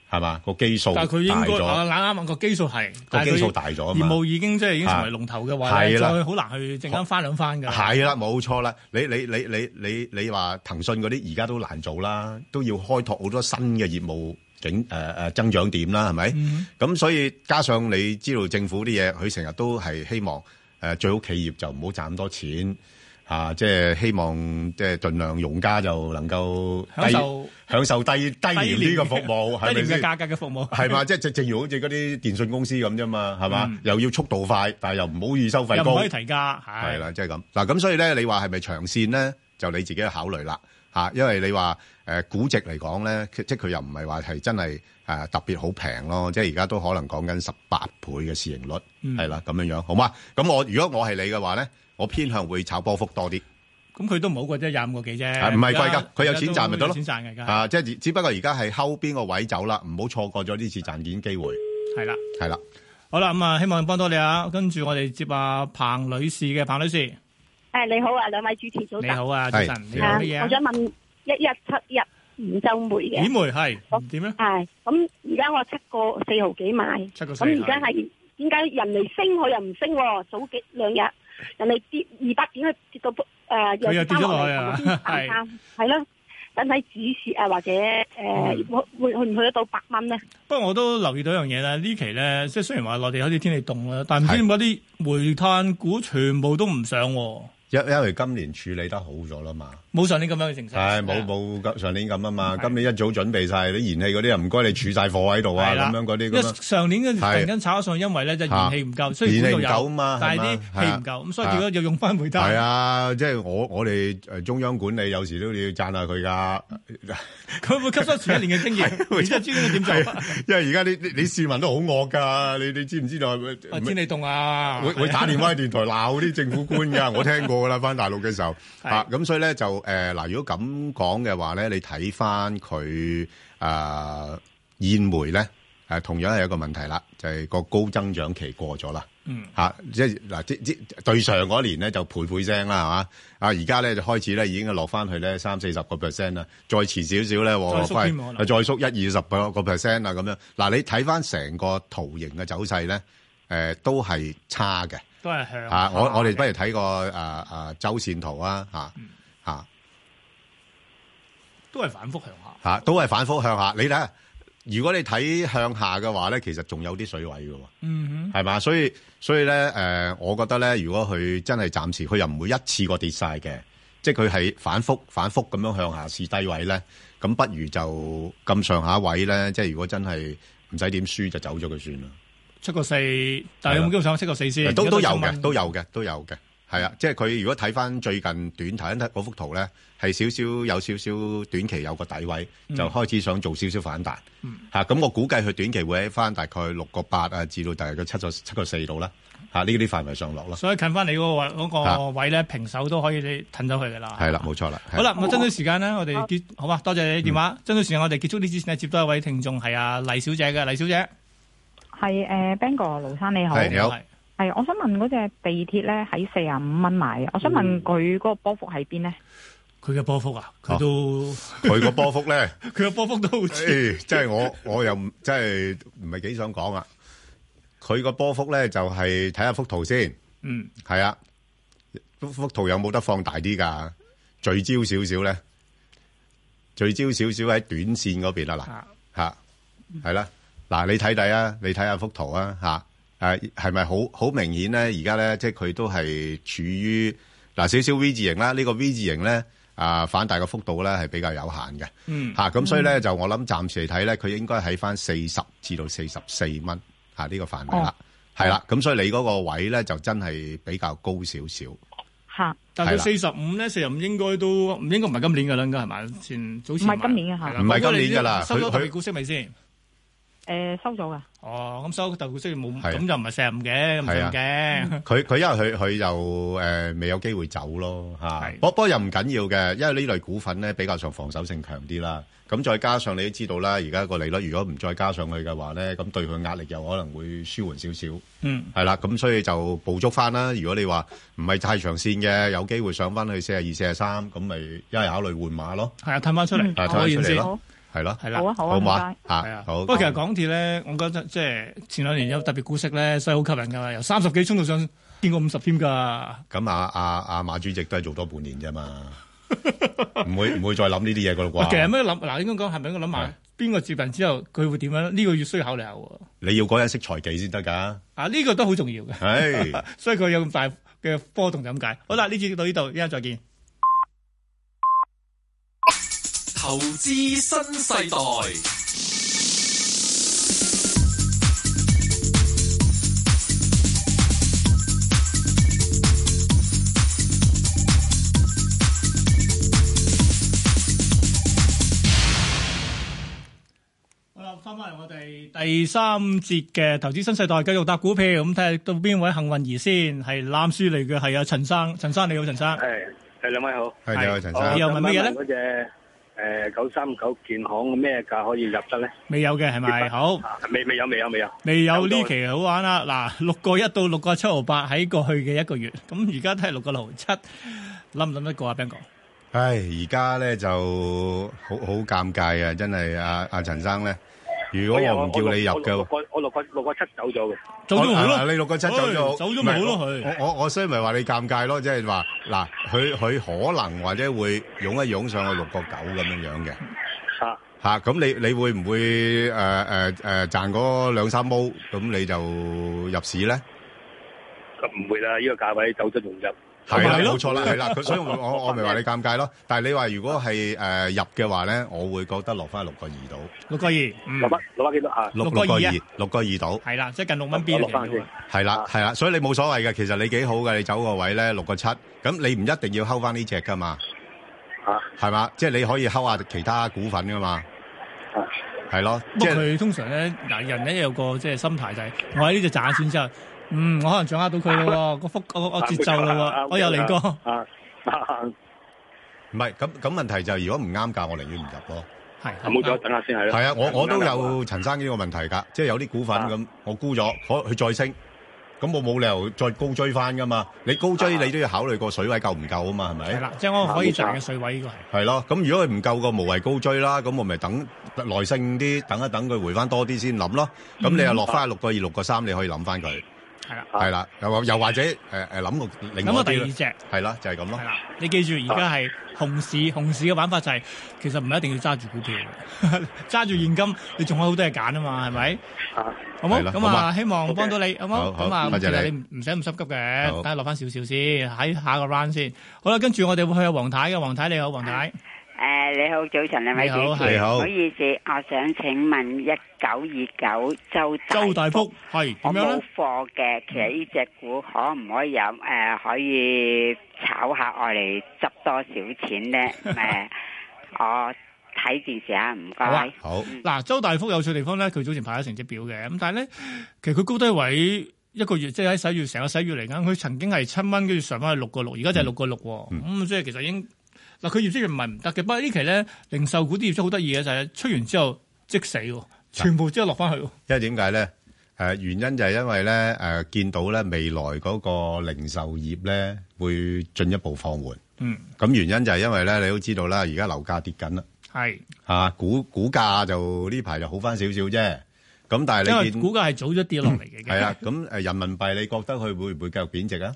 S4: 係嘛？個基數大
S3: 但係佢應該
S4: 咗，
S3: 啊，啱啱個基數係，
S4: 個
S3: 但係
S4: 基數
S3: 佢
S4: 大咗啊
S3: 業
S4: 嘛。
S3: 務已經即係已經成為龍頭嘅話咧，
S4: 係啦
S3: 再好難去陣間翻兩翻 㗎。
S4: 係啦，冇錯啦。你你你你你你話騰訊嗰啲而家都難做啦，都要開拓好多新嘅業務景誒誒增長點啦，係咪？
S3: 嗯
S4: 咁所以加上你知道政府啲嘢，佢成日都係希望誒、呃最好企業就唔好賺咁多錢，誒、啊，即係希望即係盡量用家就能夠
S3: 享
S4: 低
S3: 受
S4: 享受低低廉呢個服務，係
S3: 低
S4: 咪
S3: 廉嘅
S4: 先？
S3: 價格嘅服務
S4: 係嘛，即係正正如好似嗰啲電信公司咁啫嘛，係嘛，又要速度快，但係又唔好以收費
S3: 嗯又唔
S4: 高，
S3: 可以提價，係
S4: 係啦，即係咁。嗱，咁所以咧，你話係咪長線咧，就你自己去考慮啦嚇、因為你話誒、呃估值嚟講咧，佢即係佢又唔係話係真係誒、呃特別好平咯，即係而家都可能講緊十八倍嘅市盈率，
S3: 嗯
S4: 係啦咁樣樣，好嘛？咁我如果我係你嘅話咧，我偏向會炒波幅多啲。
S3: 咁佢都唔好過啫，廿五個幾啫，
S4: 啊唔係貴
S3: 而家
S4: 㗎，佢有錢賺咪得
S3: 有
S4: 咯。
S3: 錢賺㗎，而家
S4: 啊，即係只只不過而家係睺邊個位走啦，唔好錯過咗呢次賺錢機會。
S3: 係啦。
S4: 係啦，
S3: 好啦，咁啊，希望幫到你啊。跟住我哋接阿彭女士嘅，彭女士
S9: 诶，你好啊，兩位主持早
S3: 你
S9: 晨。
S3: 好啊，早
S4: 係
S3: 晨，你
S4: 你
S3: 有
S4: 好
S9: 啊
S3: 乜嘢
S9: 我
S3: 啊？
S9: 想問一一七一唔周梅
S3: 顯
S9: 嘅，
S3: 梅係點咧？
S9: 係咁而家我七個四毫幾買，
S3: 七個四
S9: 咁而家係點解人哋升佢又唔升喎？早幾兩日人哋跌二百點，佢跌到
S10: à,
S9: 诶
S3: 佢又跌咗落去啊係
S9: 係咯，等睇指示
S10: à,
S9: 啊，或者诶
S3: 嗯
S9: 會會去唔去得到百蚊咧？
S3: 不過我都留意到一樣嘢啦，呢期咧即係雖然話內地開始天氣凍啦，但唔知點解啲煤炭股全部都唔上喎，
S4: 因因為今年處理得好咗啦嘛。
S3: 冇上年咁樣嘅情勢。
S4: 係冇冇咁上年咁啊嘛，
S3: 係
S4: 今年一早準備晒啲燃氣嗰啲，又唔該你儲晒貨喺度啊，
S3: 係啦
S4: 咁樣嗰啲
S3: 因
S4: 咁
S3: 為
S4: 樣
S3: 上年嘅
S4: 係
S3: 突然間炒咗上去，因為咧就燃氣唔夠，
S4: 嚇
S3: 雖然管道有
S4: 燃氣唔夠啊嘛
S3: 但係啲
S4: 係嘛
S3: 氣唔夠，咁所以
S4: 係啊
S3: 結果又用翻煤炭。
S4: 係啊，即係我我哋誒中央管理有時都要讚下佢噶，
S3: 佢會吸收前一年嘅經 驗，然之後知道點做。啊
S4: 因為而家啲你市民都好惡㗎，你你知唔知道？
S3: 啊天
S4: 會
S3: 氣凍啊，
S4: 會打電話去電台鬧啲政府官㗎，我聽過㗎啦，翻大陸嘅時候
S3: 係
S4: 啊，咁所以咧就誒嗱，如果咁講嘅話咧，你睇翻佢誒煙煤咧誒，同樣係一個問題啦，就係個高增長期過咗啦。
S3: 嗯
S4: 嚇、即係嗱，即即對上嗰年咧就倍倍聲啦，係嘛？啊，而家咧就開始咧已經落翻去咧三四十個 percent 啦，再遲少少咧，我
S3: 再縮添可能
S4: 再縮一二十個個 percent 啦，咁樣。嗱、你睇翻成個圖形嘅走勢咧，誒、都係差嘅。
S3: 都係向
S4: 啊，我我哋不
S3: 如
S4: 如睇個誒誒周線圖啊，嚇、嚇
S3: 都係反覆向下。
S4: 嚇，都係反覆向下。你睇下，如果你睇向下嘅話咧，其實仲有啲水位嘅喎。
S3: 嗯
S4: 係嘛？所以所以咧，誒、我覺得咧，如果佢真係暫時，佢又唔會一次過跌晒嘅，即係佢係反覆反覆咁樣向下試低位咧，咁不如就咁上下位咧，即係如果真係唔使點輸就走咗佢算啦。
S3: 哼，七個四，但係有冇機會上七個四先？
S4: 啊都都有
S3: 而家
S4: 嘅，都
S3: 有
S4: 有嘅，都有嘅。係啊，即係佢如果睇翻最近短睇睇嗰幅圖咧，係少少有少少短期有個底位，
S3: 嗯
S4: 就開始想做少少反彈。嚇咁、我估計佢短期會喺翻大概六個八啊，至到大概七個七個四度啦。嚇呢啲範圍上落咯。
S3: 所以近翻你嗰個位嗰個
S4: 啊
S3: 位咧，平手都可以你褪咗佢噶啦。
S4: 係啦，冇錯啦。係嗯
S3: 好啦，咁啊，爭取時間咧，我哋結好嘛？多謝你電話。爭取時間，我哋結束呢之前咧，接多一位聽眾係啊黎小姐嘅，黎小姐
S11: 係誒 b a n g o 盧生你好，
S4: 係你好
S3: 係
S11: 係我想問嗰只地鐵咧喺四十五蚊買啊嘅，我想問佢嗰個波幅喺邊咧？
S3: 佢嘅波幅啊，佢都
S4: 佢個波幅咧，
S3: 佢嘅波幅都好似
S4: 誒哎即係我我又唔即係唔係幾想講啊。佢個波幅咧就係睇下幅圖先，
S3: 嗯
S4: 係啊，幅幅圖有冇得放大啲㗎？聚焦少少咧，聚焦少少喺短線嗰邊啊
S3: 啊
S4: 嗱嚇，係啦嗱，你睇睇啊，你睇下幅圖啊嚇。誒係咪好好明顯咧？而家咧，即係佢都係處於嗱少少 V 字形啦。呢、個 V 字形咧，啊反大嘅幅度咧係比較有限嘅。
S3: 嗯
S4: 吓咁所以咧就我諗暫時嚟睇咧，佢應該喺翻四十至到四十四蚊吓呢個範圍啦，係啦，咁所以你嗰個位咧就真係比較高少少，
S11: 嚇，
S3: 但係佢四
S4: 係
S3: 十五咧，四十五應該都唔應該唔係今年噶啦，應該係咪？前早前
S11: 唔係今年嘅嚇
S3: 係啦
S4: 唔係今年㗎啦
S3: 收咗
S4: 佢
S3: 特
S4: 佢
S3: 別股息未先？
S11: 誒收咗㗎，
S3: 哦，咁收特別股息冇，
S4: 係啊
S3: 咁就唔係四十五嘅，唔
S4: 係啊
S3: 咁嘅。
S4: 佢佢因為佢佢就誒未有機會走咯吓，
S3: 係
S4: 不不過又唔緊要嘅，因為呢類股份咧比較上防守性強啲啦，咁再加上你都知道啦，而家個利率如果唔再加上去嘅話咧，咁對佢壓力又可能會舒緩少少。
S3: 嗯，
S4: 係啦，咁所以就捕捉翻啦。如果你話唔係太長線嘅，有機會上翻去四廿二、四廿三，咁咪一係考慮換馬咯，
S3: 係啊，褪翻出
S11: 嗯
S3: 嚟，
S4: 啊褪
S3: 我
S4: 翻出
S3: 現
S4: 嚟
S3: 先
S4: 咯，係咯，
S3: 係啦
S11: 好。啊好啊，
S4: 好
S11: 唔
S4: 嘛
S11: 該，
S3: 係啊
S4: 嚇，，好。
S3: 不過其實港鐵咧，我覺得即係前兩年有特別股息咧，所以好吸引㗎，由三十幾衝到上見過五十添㗎。
S4: 咁啊啊啊馬主席都係做多半年啫嘛，唔會唔會再諗呢啲嘢噶啦
S3: 啊其實有
S4: 啩？
S3: 咩諗嗱，應該講係咪應該諗
S4: 係
S3: 埋邊個接近之後佢會點樣呢？呢個要需要考慮下喎。
S4: 你要嗰人識財技先得㗎，
S3: 啊，呢個都好重要嘅，
S4: 唉，
S3: 所以佢有咁大嘅波動就咁解。好啦，呢節到呢度，一陣再見。
S2: 投資新世代，
S3: 好啦，翻翻嚟我哋第三節嘅投資新世代，繼續搭股票，咁睇下到邊位幸運兒先，係攬書嚟嘅，係啊陳生，陳生你好，陳生，
S12: 係係兩位好，
S4: 係你好陳生
S12: 我
S3: 哦你又問乜嘢呢
S12: 想問嗰只誒九三九建行咩價可以入得咧？
S3: 未有嘅係咪？好。
S12: 啊未未有未有未有，
S3: 未有呢期好玩啦！嗱，六個一到六個七毫八喺過去嘅一個月，咁而家都係六個六毫七，諗唔諗得過啊？Ben 哥，
S4: 唉，而家咧就好好尷尬嘅，真係啊阿阿陳生咧，如果我唔叫你入嘅
S12: 哎我
S4: 話，
S12: 我我六個六個七走咗嘅，
S4: 我啊你六個七走
S3: 哎
S4: 咗，唔係我我我所以咪話你尷尬咯，即係話嗱，佢佢可能或者會湧一湧上去六個九咁樣樣嘅。
S12: 嚇
S4: 吓咁你你會唔會誒呃誒誒賺嗰兩三毛咁你就入市咧？
S12: 唔會啦，呢個價位走咗仲入，
S4: 哦係啦，冇錯啦，係啦， 佢所以我我我咪話你尷尬咯。但係你話如果係誒入嘅話咧，我會覺得落翻六個二度，
S3: 六個二，
S4: 嗯
S3: 六
S12: 百六百幾多啊？
S4: 六六個二，六個二度。
S3: 係啦，即係近六蚊 B
S12: 我
S3: 嚟
S12: 落翻先
S3: 嘅，
S4: 係啦，係啦，所以你冇所謂嘅，其實你幾好嘅，你走個位咧六個七，咁你唔一定要睺翻呢只噶嘛，
S12: 嚇
S4: 係嘛？即係你可以睺下其他股份噶嘛，係咯，
S3: 不
S4: 即
S3: 過
S4: 係
S3: 佢通常咧，嗱人咧有個即係心態就係，我喺呢度賺咗錢之後，嗯，我可能掌握到佢
S4: 啊
S3: 咯喎，個幅個個節奏咯喎，我又嚟過，
S12: 啊啊！
S4: 唔係咁咁問題就係如果唔啱價，我寧願唔入咯。
S3: 係
S12: 冇咗，等下先係啦。
S4: 係啊，我我都有陳生呢個問題㗎，即係有啲股份咁，我沽咗，可佢再升，咁我冇理由再高追翻㗎嘛。你高追你都要考慮個水位夠唔夠啊嘛，係咪？
S3: 係啦，即係我可以賺嘅水位呢個係。
S4: 係咯，咁如果佢唔夠個無謂高追啦，咁我咪等耐性啲，等一等佢回翻多啲先諗咯。咁你又落翻六個二、六個三，你可以諗翻佢。
S3: 係啦，
S4: 係啦，又或又或者誒誒諗個啊另
S3: 諗
S4: 外一
S3: 個啊第二
S4: 啲啦啊
S3: 隻，
S4: 係啦，就係咁咯。
S3: 你記住，而家係熊市，熊市嘅玩法就係、其實唔係一定要揸住股票嘅， 揸住現金你仲有好多嘢揀啊嘛，係咪？好冇？
S4: 係啦
S3: 咁
S4: 好
S3: 啊，
S4: 嘛
S3: 希望幫到你，好冇？
S4: 好好
S3: 咁啊，
S4: 多
S3: 其
S4: 謝
S3: 實你
S4: 你
S3: 唔唔使咁心急
S4: 好
S3: 嘅，等下落翻少少先，喺下個 round 先。好啦，跟住我哋會去阿黃太嘅，黃太你好，黃太。
S13: 誒，你好，早晨兩位主
S3: 你好
S13: 持，
S3: 你好
S13: 唔好意思，我想請問一九二九周
S3: 周大福係
S13: 我
S3: 點樣
S13: 冇
S3: 咧？
S13: 貨嘅，其實呢只股可唔可以有誒、可以炒下我嚟執多少錢 咧？誒、我睇電視啊，唔
S3: 好啊
S13: 該。
S4: 好。
S3: 嗱，周大福有趣地方咧，佢早前派咗成績表嘅，咁但係咧，其實佢高低位一個月，即係喺十一月成個十一月嚟講，佢曾經係七蚊，跟住上翻去六個六，而家就係六個六喎。咁、
S4: 嗯
S3: 即係其實已經嗱，佢業績唔係唔得嘅，不過呢期咧零售股啲業績好得意嘅就係、出完之後即死喎，全部之後落翻去喎。
S4: 因為點解咧？誒、原因就係因為咧誒、見到咧未來嗰個零售業咧會進一步放緩。
S3: 嗯，
S4: 咁原因就係因為咧，你都知道啦，而家樓價跌緊啦，
S3: 係，
S4: 嚇、股股價就呢排就好翻少少啫。咁但
S3: 因
S4: 係
S3: 為
S4: 你見
S3: 股價係早咗跌落嚟嘅。
S4: 係啊，咁誒人民幣，你覺得佢會唔會繼續貶值啊？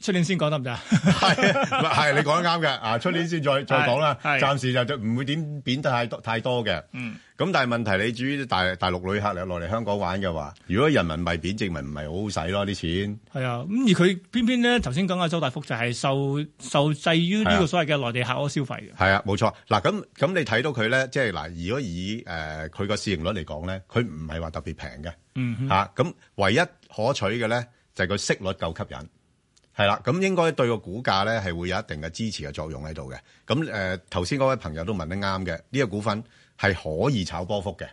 S3: 出年先講得唔得啊？
S4: 係你講得啱嘅，啊出年先再再講啦，
S3: 係係
S4: 暫時就就唔會點貶得太多太多嘅。
S3: 嗯，
S4: 咁但係問題，你至於大大陸旅客嚟落嚟香港玩嘅話，如果人民幣貶值，咪唔係好好使咯啲錢。
S3: 係啊，咁而佢偏偏咧頭先講嘅周大福就係受受制於呢
S4: 係啊
S3: 個所謂嘅內地客嗰消費嘅。
S4: 係啊，冇錯。嗱，咁咁你睇到佢咧，即係嗱，如果以誒佢個市盈率嚟講咧，佢唔係話特別平嘅。
S3: 嗯哼
S4: 嚇咁、唯一可取嘅咧就係、佢息率夠吸引，係啦，咁應該對個股價咧係會有一定嘅支持嘅作用喺度嘅。咁誒頭先嗰位朋友都問得啱嘅，呢、個股份係可以炒波幅嘅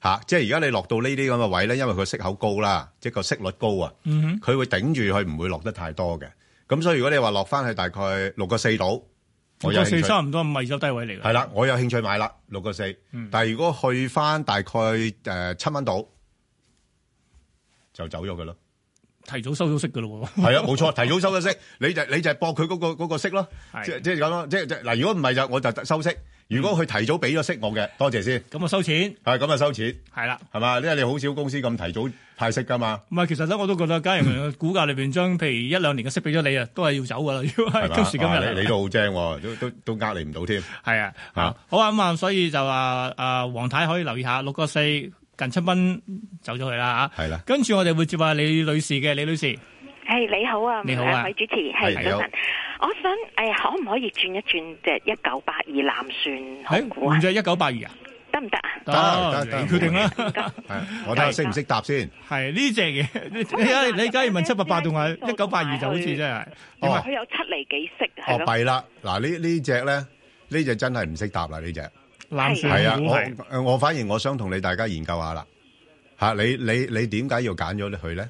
S4: 嚇、即係而家你落到呢啲咁嘅位咧，因為佢息口高啦，即係個息率高啊，
S10: 嗯哼
S4: 佢會頂住佢唔會落得太多嘅。咁所以如果你話落翻去大概六個四度，我有
S3: 個
S4: 興
S3: 四
S4: 趣
S3: 差唔多五二周低位嚟嘅。
S4: 係啦，我有興趣買啦，六個四
S3: 嗯。
S4: 但係如果去翻大概誒七蚊度，就走咗佢咯。
S3: 提早收到息嘅咯喎。
S4: 係啊，冇錯，提早收咗息，你就你就係搏佢嗰個嗰個息咯。
S3: 係
S4: 即即係咁咯，即係即係嗱，如果唔係就我就收息。如果佢提早俾咗息我嘅，多謝先。
S3: 咁啊收錢。
S4: 係咁啊收錢。
S3: 係啦。
S4: 係嘛？因為你好少公司咁提早派息㗎嘛。
S3: 唔係，其實咧我都覺得，假如佢股價裏邊將譬如一兩年嘅息俾咗你啊，都係要走噶啦。如果
S4: 係
S3: 係
S4: 嘛
S3: 今時今
S4: 哇你
S3: 日，
S4: 你都好精喎，都都都呃你唔到添。
S3: 係啊，
S4: 嚇
S3: 好啊咁啊，所以就話啊，黃太可以留意下六個四近七蚊走咗去啦嚇。
S4: 係啦。
S3: 跟住我哋會接下李女士嘅，李女士
S10: 系你好啊，
S14: 你好啊
S10: 兩位主持
S14: 係
S10: 係
S14: 你好
S10: 早晨。我想诶，可唔可以轉一轉隻一九八二南船
S3: 诶，唔就一九八二啊？
S10: 得唔得啊？
S4: 得得得
S3: 你決定啦。
S4: 我睇下識唔識答先。
S3: 係呢只嘅，你你你假如問七八八同埋一九八二就好似真係
S10: 因
S3: 點
S10: 為
S14: 哦
S3: 啊？
S10: 佢有七厘幾息啊
S4: 哦
S10: 係，咯。
S4: 弊啦！嗱，呢呢只咧，呢只真係唔識答啦，呢只。
S3: 藍船
S4: 係啊，
S3: 股係
S4: 我我反而我想同你大家研究下啦。吓，你你你點解要揀咗佢咧？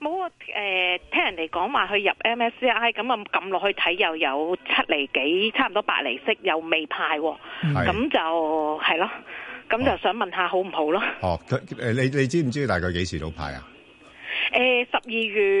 S10: 冇啊！誒，聽人哋講話佢入 MSCI 咁啊，撳落去睇又有七厘幾，差唔多八厘息，又未派喎。
S4: 係
S10: 咁就係咯，咁就想問下好唔好咯？
S4: 哦，佢诶，你你知唔知大概幾時到牌啊？
S10: 誒，十二月誒，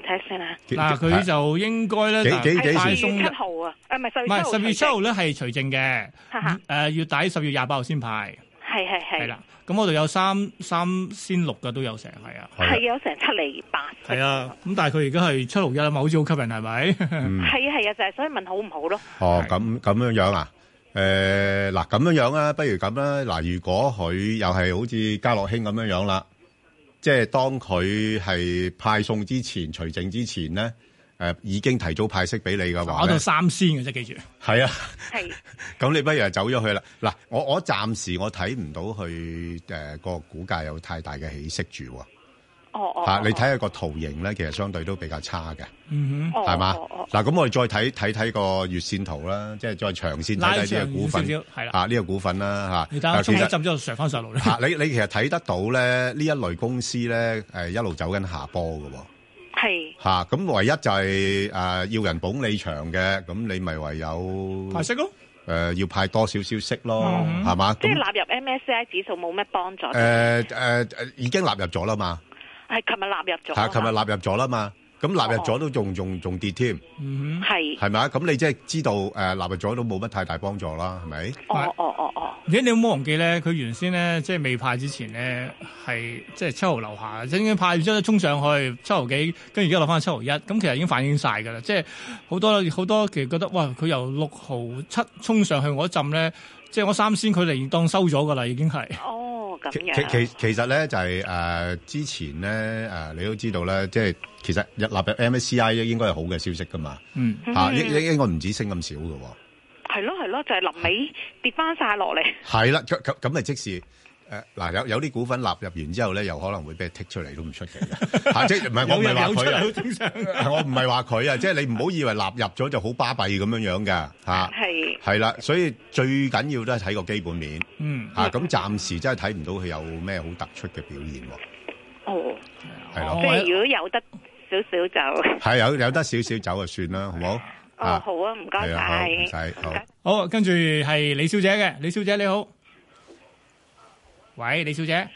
S10: 睇下先啊。
S3: 嗱，佢就應該咧，
S4: 幾幾幾
S3: 大
S10: 係
S4: 時
S10: 十二
S3: 鬆
S10: 月
S3: 嘅
S10: 七號啊，啊唔係十
S3: 唔
S10: 月七
S3: 係
S10: 號
S3: 十月七號
S10: 除
S3: 咧係除證嘅，嗯呃
S10: 夕，哈哈，
S3: 誒月底十月廿八號先派，
S10: 係係係
S3: 係啦。。咁我度有三三先六嘅都有成，係啊，
S10: 係有成七厘八，
S3: 係啊。咁但係佢而家係七六一啊嘛，好似好吸引係咪？
S10: 係啊係啊，就係所以問好唔好咯？
S4: 哦，咁咁樣樣啊？诶，嗱，咁樣樣啦，不如咁啦。嗱，如果佢又係好似家樂興咁樣樣啦，即係當佢係派送之前、除證之前咧，诶，已經提早派息俾你嘅話
S3: 我
S4: 咧
S3: 度，三先嘅啫，記住。
S4: 係啊。
S10: 係
S4: 咁你不如就走咗去啦。嗱，我我暫時我睇唔到佢誒個股價有太大嘅起色住喎。
S10: 哦哦，
S4: 嚇
S10: 哦
S4: 你睇下個圖形咧，其實相對都比較差嘅，
S3: 嗯
S10: 哼
S4: 係嘛
S10: 哦哦哦？
S4: 嗱，咁我哋再睇睇睇個月線圖啦，即係再長線睇睇呢個股份，
S3: 拉長遠少少係啦
S4: 嚇呢個股份啦
S3: 你
S4: 嚇。
S3: 等下
S4: 嗱
S3: 沖
S4: 其
S3: 一
S4: 實
S3: 浸之後上翻上路咧。
S4: 嚇你你其實睇得到咧，呢一類公司咧誒一路走緊下波嘅喎。
S10: 係
S4: 吓咁唯一就係誒要人捧你場嘅，咁你咪唯有
S3: 派息嗯咯。
S4: 誒要派多少少息咯，係嘛？
S10: 即
S4: 咁
S10: 係納入 MSCI 指數冇咩幫助，係
S4: 誒誒誒呃已經納入咗啦嘛，
S10: 琴日納入咗啊
S4: 係
S10: 嘛，
S4: 琴日納入咗啦嘛，咁納入咗都仲仲仲跌添，
S10: 係
S4: 係咪啊？咁你即係知道誒納入咗都冇乜太大幫助啦，係咪？
S10: 哦哦哦哦，
S3: 而且你有冇忘記咧？佢原先咧，即係未派之前咧，係即係七毫樓下，即係已經派完之後衝上去七毫幾，跟住而家落翻七毫一，咁其實已經反映晒㗎啦。即係好多好多其實覺得哇，佢由六毫七衝上去嗰陣咧，即係我三仙佢哋當收咗㗎啦，已經係。
S10: 哦咁
S4: 其
S10: 樣，
S4: 其其其實咧就係、誒之前咧誒、呃你都知道咧，即係其實入納入 MSCI 應該係好嘅消息噶嘛，
S3: 嗯
S4: 嚇應應應該唔止升咁少嘅喎。
S10: 係咯係咯，就係臨尾跌翻晒落嚟，
S4: 係啦，咁咁咁咪即是誒嗱，有有啲股份納入完之後咧，有可能會俾佢剔出嚟都唔出 奇嘅，嚇即係唔係我唔
S3: 有
S4: 係
S3: 人
S4: 話
S3: 有出嚟好
S4: 佢
S3: 正常
S4: 啊，我唔係話佢啊，即係你唔好以為納入咗就好巴閉咁樣樣㗎嚇，
S10: 係
S4: 係啦，所以最緊要都係睇個基本面
S3: 嗯
S4: 嚇，咁暫時真係睇唔到佢有咩好突出嘅表現喎，
S10: 哦，
S4: 係
S10: 即
S4: 咯，
S10: 係如果有得少少就，
S4: 係有有得少少走就算啦，好冇？
S10: 哦好啊，唔該
S4: 係啊，好
S10: 晒
S4: 唔。使好。
S3: 好，跟住係李小姐嘅，李小姐你好，喂，李小姐，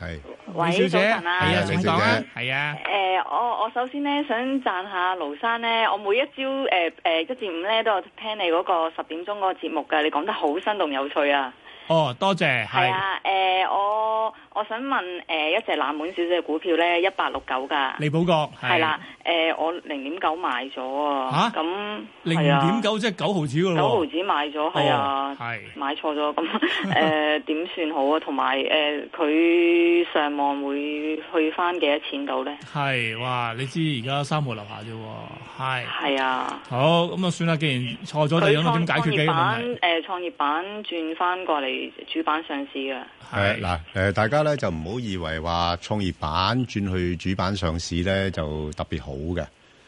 S4: 係
S15: 喂
S3: 李小姐，
S15: 早晨啊
S3: 係
S15: 早
S3: 啊，
S15: 晨
S3: 請講啊，係啊。
S15: 誒、我我首先咧想讚下盧生咧，我每一朝誒誒一至五咧都有聽你嗰個十點鐘嗰個節目㗎，你講得好生動有趣啊！
S3: 哦，多謝，
S15: 係
S3: 係。
S15: 啊，誒、我我想問誒、一隻冷門少少嘅股票咧，一八六九㗎，
S3: 利寶閣
S15: 係啦，誒、我零點九買咗
S3: 吓
S15: 啊，咁
S3: 零
S15: 係啊
S3: 點九即係九毫子噶咯喎，
S15: 九
S3: 哦
S15: 毫子買咗，係啊，
S3: 係
S15: 買錯咗，咁誒點算好啊？同埋誒佢上網會去翻幾多錢到咧？
S3: 係哇！你知而家三毫樓下啫喎，係
S15: 係啊。
S3: 好咁啊，算啦，既然錯咗，就
S15: 佢
S3: 諗下點解決
S15: 創
S3: 呢
S15: 業
S3: 個
S15: 板
S3: 問題。
S15: 誒、創業呃板轉翻過嚟主板上市嘅，
S4: 誒啊哎嗱誒，大家咧就唔好以為話創業板轉去主板上市咧就特別好嘅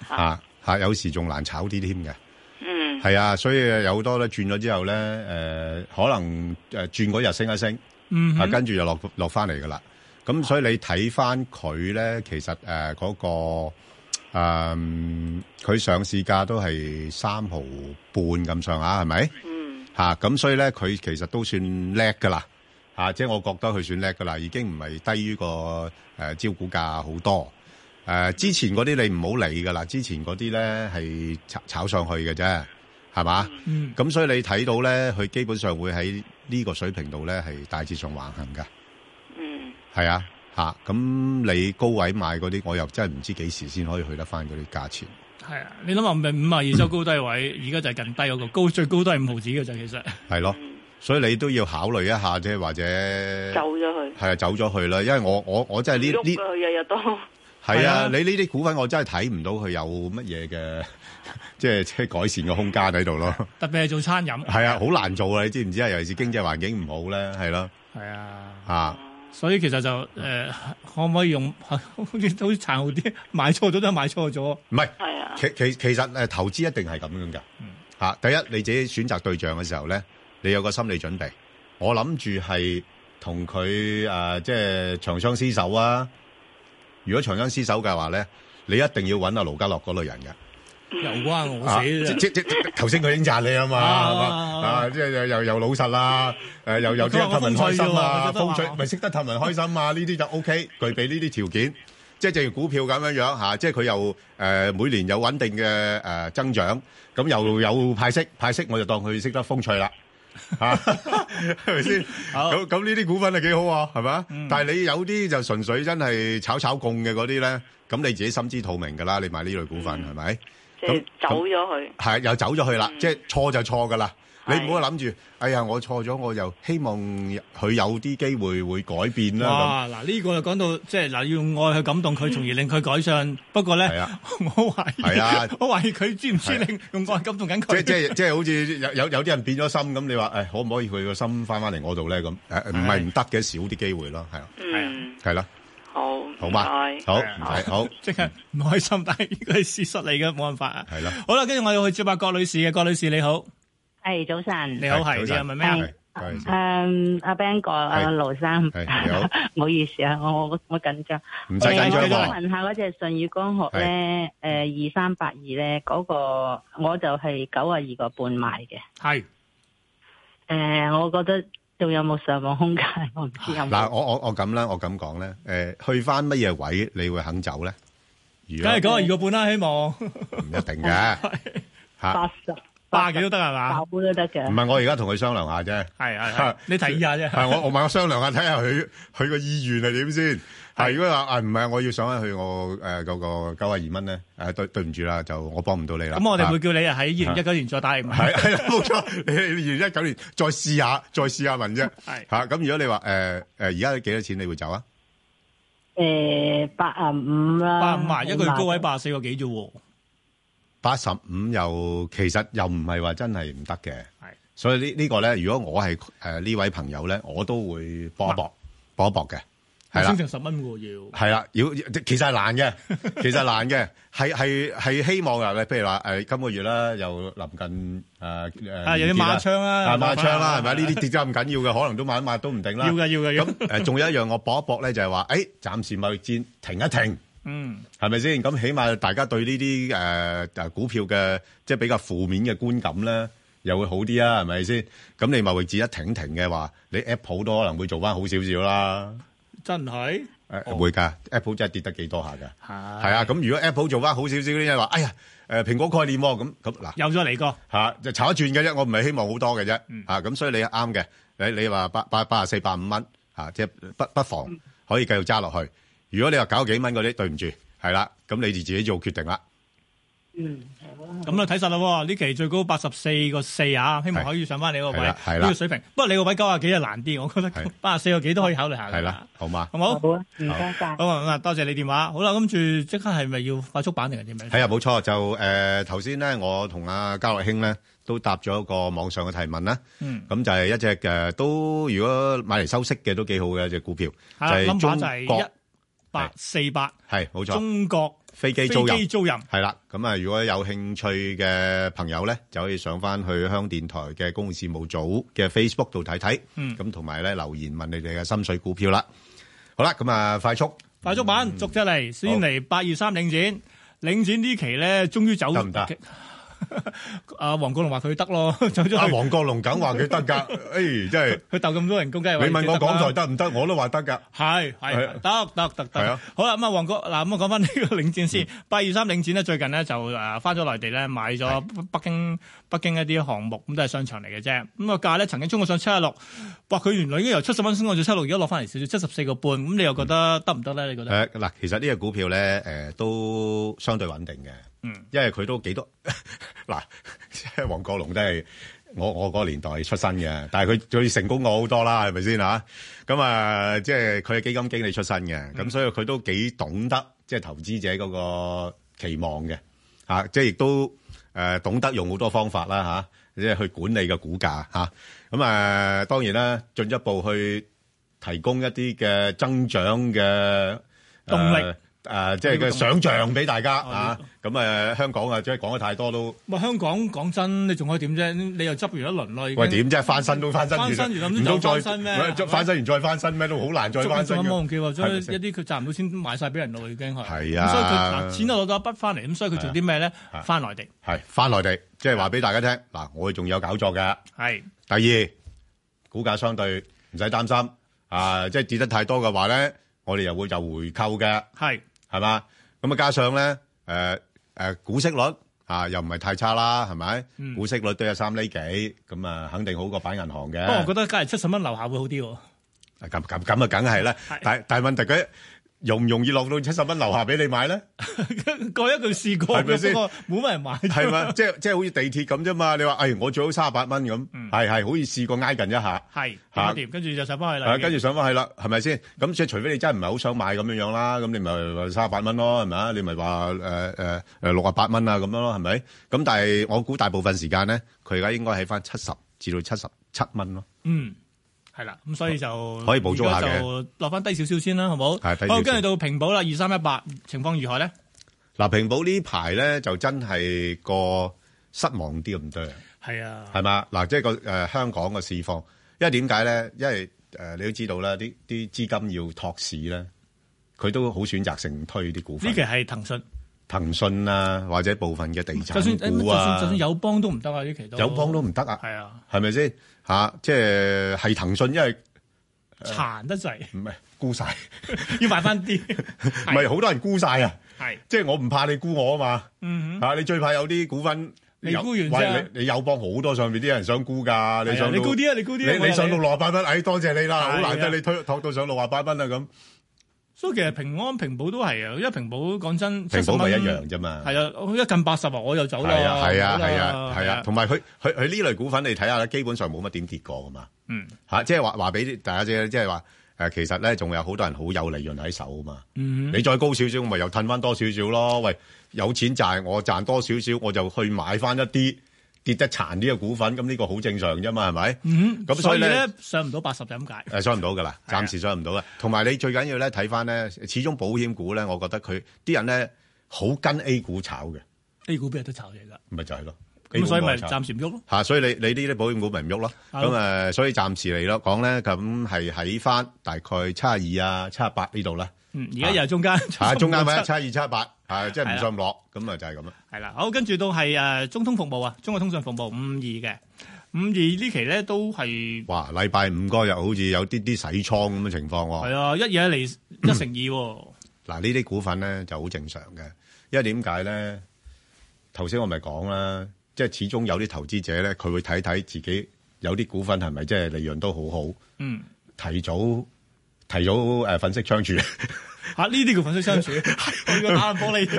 S4: 嚇嚇，有時仲難炒啲添嘅。
S15: 嗯，
S4: 係啊，所以有好多咧轉咗之後咧，誒、可能誒轉嗰日升一升，
S3: 嗯哼
S4: 啊跟住就落落翻嚟噶啦。咁所以你睇翻佢咧，其實誒嗰、個呃佢、上市價都係三毫半咁上下，係咪？
S15: 嗯。
S4: 嚇咁、所以咧，佢其實都算叻噶啦。嚇、即係我覺得佢算叻噶啦，已經唔係低於個誒、呃招股價好多。誒、之前嗰啲你唔好理噶啦，之前嗰啲咧係炒炒上去嘅啫，係嘛？
S3: 嗯
S4: 咁所以你睇到咧，佢基本上會喺呢個水平度咧係大致上橫行㗎。
S15: 嗯，
S4: 係啊，嚇、咁你高位買嗰啲，我又真係唔知幾時先可以去得翻嗰啲價錢。
S3: 係啊，你諗下，唔係五啊二周高低位，而家就係近低嗰個高，最高都係五毫子嘅咋，其實
S4: 係咯，所以你都要考慮一下啫，或者
S15: 嗯走咗佢，
S4: 係啊，走咗去啦。因為我我我真係呢
S15: 喐
S4: 呢
S15: 咗佢日日都。
S4: 係
S15: 係
S4: 啊
S15: 啊，
S4: 你呢啲股份我真係睇唔到佢有乜嘢嘅， 即係即係改善嘅空間喺度咯。
S3: 特別係做餐飲。
S4: 係啊，好難做啊！你知唔知啊？尤其是經濟環境唔好咧，係咯，
S3: 係啊，
S15: 哦
S4: 啊，
S3: 所以其實就誒、可唔可以用 好似好似殘酷啲，買錯咗都係買錯咗。
S4: 唔係，
S15: 啊
S4: 其其其實誒投資一定係咁樣㗎。嚇，第一你自己選擇對象嘅時候咧，你有個心理準備。我諗住係同佢誒即係長相廝守啊。如果長相廝守嘅話咧，你一定要揾阿盧家樂嗰類人嘅。
S3: 又關我
S4: 啊
S3: 事
S4: 即
S3: 啫。
S4: 即即即頭先佢已經讚你啊嘛，
S3: 啊
S4: 係嘛啊，即係又又又老實啦，誒又又
S3: 佢
S4: 知得
S3: 話
S4: 氹人開心啊，
S3: 我風趣喎佢都
S4: 風
S3: 話
S4: 趣咪識得氹人開心啊，呢啲就 O K，具備呢啲條件，即係正如股票咁樣樣嚇，即係佢又誒每年有穩定嘅誒增長，咁又有派息，派息我就當佢識得風趣啦。吓， 係咪先？咁咁呢啲股份係幾好啊，係咪？但係你有啲就純粹真係炒炒共嘅嗰啲咧，咁你自己心知肚明㗎啦，你買呢類股份係咪？
S15: 即係走咗佢。
S4: 係又走咗去啦，即係錯就錯噶啦。你唔好諗住，哎呀，我錯咗，我又希望佢有啲機會會改變啦。
S3: 哇！嗱，呢個就講到即係嗱，要用愛去感動佢，從而令佢改善。不過咧， 我懷疑，
S4: 啊係啊
S3: 我懷疑佢知唔知令用愛感動緊
S4: 咁
S3: 佢？
S4: 即即即係好似有有有啲人變咗心咁，你話誒可唔可以佢個心翻翻嚟我度咧？咁誒唔係唔得嘅，少啲機會咯，係啦，
S15: 嗯，
S4: 係啦，
S15: 好，
S4: 好嘛
S15: 唔該，
S4: 好唔使好，
S3: 即係唔開心，但係呢個係事實嚟嘅，冇辦法啊。
S4: 嗯係啦，
S3: 好啦，跟住我要去接下郭女士嘅，郭女士你好，
S14: 系早晨，
S3: 你好係你係咪咩
S4: 嗯
S3: 啊係
S14: 诶，阿 Ben 哥，阿盧生， 唔好意思啊，我我我紧张，
S3: 嗯
S16: 唔使緊張
S14: 誒我想
S16: 喎
S14: 問下嗰只舜宇光學咧，诶二三八二咧嗰個，我就係九啊二個半買嘅。
S3: 係
S14: 诶，我覺得仲有冇上網空間？ 我唔知有冇。
S4: 嗱，我我我咁啦，我咁講咧，誒去翻乜嘢位你會肯走咧？如
S3: 梗係
S4: 果
S3: 九啊二個半啦，希望
S4: 唔一定 嘅嚇。
S14: 八十
S3: 八幾都得係嘛？
S14: 九都得嘅。
S4: 唔係，我而家同佢商量 下啫。
S3: 係係係你提議下啫
S4: 係我我問我商量下，睇下佢佢個意願係點先。係如果話啊唔係，我要上翻去我誒嗰個九啊二蚊咧，誒對對唔住啦，就我幫唔到你啦。
S3: 咁我哋會
S4: 啊
S3: 叫你喺二零一九年再打嚟問。
S4: 係係啦冇錯， 你你二一九年再試下，再試下問啫。
S3: 係
S4: 嚇咁，如果你話誒誒而家幾多錢，你會走啊？
S14: 诶，八啊五啦，
S3: 八五啊，一個月高位八十四個幾啫喎。
S4: 八十五又其實又唔係話真係唔得嘅，所以呢呢個咧，如果我係誒呢位朋友咧，我都會搏一搏，搏一搏嘅，係啦
S3: 升。成十蚊喎要。
S4: 係啦，要其實係 難嘅，其實係難嘅，係係係希望啊，譬如話誒、今個月啦，又臨近誒誒、
S3: 啊有啲馬槍啦
S4: 啊馬槍啦，係
S3: 又
S4: 咪
S3: 買
S4: 呢啲跌得咁緊要嘅，可能都買一買都唔定啦。
S3: 要嘅要嘅要
S4: 咁誒，仲有一樣我搏一搏咧，就係話誒，暫時貿易戰停一停。
S3: 嗯，
S4: 係咪先？咁起碼大家對呢啲誒誒股票嘅即係比較負面嘅觀感咧，又會好啲啊？係咪先？咁你貿易戰一停停嘅話，你 Apple 都可能會做翻好少少啦。
S3: 真係。
S4: 誒、會㗎，Apple 真係跌得幾多下㗎。
S3: 係
S4: 係啊，咁如果 Apple 做翻好少少咧，話哎呀，誒、蘋果概念喎、咁咁嗱，
S3: 有咗嚟過
S4: 嚇，就炒一轉嘅啫，我唔係希望好多嘅啫，嚇、咁所以你啱嘅，你你話八八八十四八五蚊嚇，即係不不妨可以繼續揸落去。如果你話九幾蚊嗰啲，對唔住，係啦，咁你哋自己做決定啦。
S14: 嗯，
S3: 咁啊睇實啦喎，呢期最高八十四個四啊，希望可以上翻你個位
S4: 係啦係啦
S3: 呢個水平。不過你個位九啊幾啊難啲，我覺得八十四個幾都可以考慮下㗎。
S4: 係啦，好嘛？
S3: 好冇？好
S14: 啊，唔該晒。
S3: 好啊，多謝你電話。好啦，跟住即刻係咪要快速版定係點樣？
S4: 係啊，冇錯，就誒頭先咧，我同阿嘉樂兄咧都答咗一個網上嘅提問啦。
S3: 嗯，
S4: 咁就係一隻誒，都如果買嚟收息嘅都幾好嘅一隻股票，就
S3: 係啦
S4: 係
S3: number
S4: 中
S3: 就係
S4: 國
S3: 一八四八，
S4: 係冇錯。
S3: 中國
S4: 飛機租
S3: 飛
S4: 賃
S3: 機租賃。
S4: 係啦，咁啊，如果有興趣嘅朋友咧，就可以上翻去香港電台嘅公共事務組嘅 Facebook 度睇睇，
S3: 嗯
S4: 咁同埋咧留言問你哋嘅心水股票啦。好啦，咁啊， 快速
S3: 快速
S4: 嗯
S3: 版逐隻嚟，先嚟八月三領展，領展呢期咧終於走
S4: 得唔得？
S3: 阿黃國龍話佢得咯， 走咗去。
S4: 阿黃國龍梗話佢得㗎，誒，真係
S3: 佢鬥咁多人工，梗係話
S4: 你問我
S3: 啦
S4: 港台得唔得，我都話得㗎。
S3: 係係
S4: 係啊
S3: 得得得
S4: 係
S3: 得
S4: 啊，嗯
S3: 好啦咁啊，黃哥嗱咁我講翻呢個領展先，八月三領展咧最近咧就誒翻咗內地咧買咗北京北京一啲項目，咁都係商場嚟嘅啫。咁啊個價咧曾經衝過上七十六，哇！佢原來已經由七十蚊升到七十六，而家落翻嚟少少七十四個半，咁你又覺得得唔得咧？你覺得？
S4: 誒嗱，其實呢個股票咧誒都相對穩定嘅，
S3: 嗯，
S4: 因為佢都幾多 嗱， 即係黃國龍都係我我嗰個年代出身嘅，但係佢佢成功我好多啦，係咪先吓？咁啊，即係佢係基金經理出身嘅，
S3: 嗯
S4: 咁所以佢都幾懂得即係投資者嗰個期望嘅吓、啊即係亦都誒、呃懂得用好多方法啦吓、即係去管理個股價吓。咁啊，當然啦，進一步去提供一啲嘅增長嘅呃
S3: 動力
S4: 誒、即係嘅想像俾大家
S3: 哦
S4: 啊。咁誒，香港啊，即係講得太多都
S3: 咪香港講真，你仲可以點啫？你又執完一輪啦，已經
S4: 喂點啫？翻身都翻身完，
S3: 嗯翻身完
S4: 唔
S3: 咁
S4: 通
S3: 都
S4: 再
S3: 再翻身咩
S4: 喂再翻身完再翻身咩？都好難再
S3: 仲
S4: 翻身
S3: 仲有冇
S4: 嘅
S3: 用叫啊？所
S4: 係
S3: 以
S4: 咪
S3: 一
S4: 先
S3: 啲佢賺唔到錢賣晒俾人咯，已經係。
S4: 係啊
S3: 咁所以佢嗱錢都攞到一筆翻嚟，咁所以佢做啲咩咧
S4: 係啊？
S3: 翻內地
S4: 係翻內地，即係話俾大家聽嗱，我哋仲有搞作㗎。
S3: 係
S4: 第二，股價相對唔使擔心啊，即係跌得太多嘅話咧，我哋又會有回購嘅，
S3: 係
S4: 係嘛？咁啊，加上咧誒誒股息率啊，又唔係太差啦，係咪？
S3: 嗯
S4: 股息率都有三厘幾，咁啊，肯定好過擺銀行嘅。
S3: 不過我覺得梗係七十蚊樓下會好啲喎。
S4: 咁咁咁啊，梗係啦。但但問題佢容唔容易落到七十蚊樓下俾你買咧？
S3: 過一句試過，
S4: 係咪先
S3: 不過冇乜人買。
S4: 係嘛？即係即係好似地鐵咁啫嘛。你話誒，我最好三十八蚊咁，係係好似試過挨近一下。
S3: 係
S4: 嚇
S3: 搞掂，跟住就上翻去啦。
S4: 啊，跟住上翻去啦，係咪先？咁即係除非你真係唔係好想買咁樣樣啦，咁你咪三十八蚊咯，係咪啊？你咪話誒誒誒六啊八蚊啊咁樣咯，係咪？咁但係我估大部分時間咧，佢而家應該喺翻七十至到七十七蚊咯。
S3: 嗯，係啦，咁所以就
S4: 可以捕捉下嘅
S3: 而家就落翻低少少先啦，好冇？
S4: 係低少少
S3: 好，跟住到平保啦，二三一八情況如何咧？
S4: 嗱，平保呢排咧就真係個失望啲咁多。
S3: 係啊，
S4: 係嘛？嗱，即係個誒香港嘅市況，因為點解咧？因為誒、呃你都知道啦，啲啲資金要托市咧，佢都好選擇性推啲股份
S3: 呢，期係騰訊，
S4: 騰訊啊，或者部分嘅地
S3: 就算
S4: 產
S3: 誒
S4: 股
S3: 就算就
S4: 啊
S3: 算，友邦都唔得啊，呢期都
S4: 友邦都唔得啊，
S3: 係啊，
S4: 係咪先嚇？即係係騰訊，因為啊
S3: 殘得滯，
S4: 唔係沽晒，
S3: 要買翻啲，
S4: 唔係好多人沽晒啊，
S3: 係，
S4: 即 係我唔怕你沽我啊嘛。
S3: 嗯哼，
S4: 啊！你最怕有啲股份
S3: 你
S4: 有
S3: 沽完
S4: 喂
S3: 啫
S4: 你你友邦好多上面啲人想沽㗎，
S3: 係啊
S4: 你上到
S3: 你沽啲啊你沽啲啊我
S4: 你
S3: 話
S4: 你
S3: 你
S4: 上到六啊八蚊，哎多謝你啦，
S3: 係
S4: 好
S3: 啊
S4: 難得你推托到上六啊八蚊啦咁，
S3: 所以其實平安平保都係啊，因為平保講真，
S4: 平保咪
S3: 70
S4: 一
S3: 蚊
S4: 樣啫嘛，
S3: 係啊，我一近八十啊，我又走啦，
S4: 係啊係啊
S3: 走啦
S4: 係啊係啊，同埋佢佢佢呢類股份你睇下啦，基本上冇乜點跌過㗎嘛，
S3: 嗯
S4: 嚇即係話話俾大家知，即係話誒其實咧仲有好多人好有利潤喺手啊嘛。
S3: 嗯
S4: 你再高少少，咪又褪翻多少少咯。喂，有錢賺，我賺多少少，我就去買翻一啲跌得殘啲嘅股份，咁呢個好正常啫嘛，係咪？
S3: 嗯，
S4: 咁所以咧
S3: 咧上唔到八十就咁解，
S4: 誒傷唔到噶啦，
S3: 啊
S4: 暫時傷唔到啦。同埋你最緊要咧睇翻咧，始終保險股咧，我覺得佢啲人咧好跟 A 股炒嘅，
S3: A 股邊有得炒嘢㗎？
S4: 咪就係咯。A
S3: 咁
S4: 股
S3: 所以咪
S4: 冇得炒
S3: 暫時唔喐咯。
S4: 嚇，啊所以你你呢啲保險股咪唔喐咯。
S3: 係咯
S4: 咁誒，所以暫時嚟咯講咧，咁係喺翻大概七廿二啊、七廿八呢度啦。
S3: 嗯，而家又係中間，
S4: 啊，中間位
S3: 七
S4: 七二七八，啊，即係唔上唔落，咁啊就係咁啦。
S3: 係啦，好，跟住到係誒中通服務啊，中國通訊服務五五二嘅五二呢期咧都係
S4: 哇，禮拜五嗰日好似有啲啲洗倉咁嘅情況喎。
S3: 係啊，一嘢嚟
S4: 嗯
S3: 一成二喎，
S4: 嗱，呢啲股份咧就好正常嘅，因為點解咧？頭先我咪講啦，即係始終有啲投資者咧，佢會睇睇自己有啲股份係咪即係利潤都好好，
S3: 嗯，
S4: 提早提早誒粉飾窗住，
S3: 嚇啊呢啲叫粉飾相 處，我要打爛玻璃，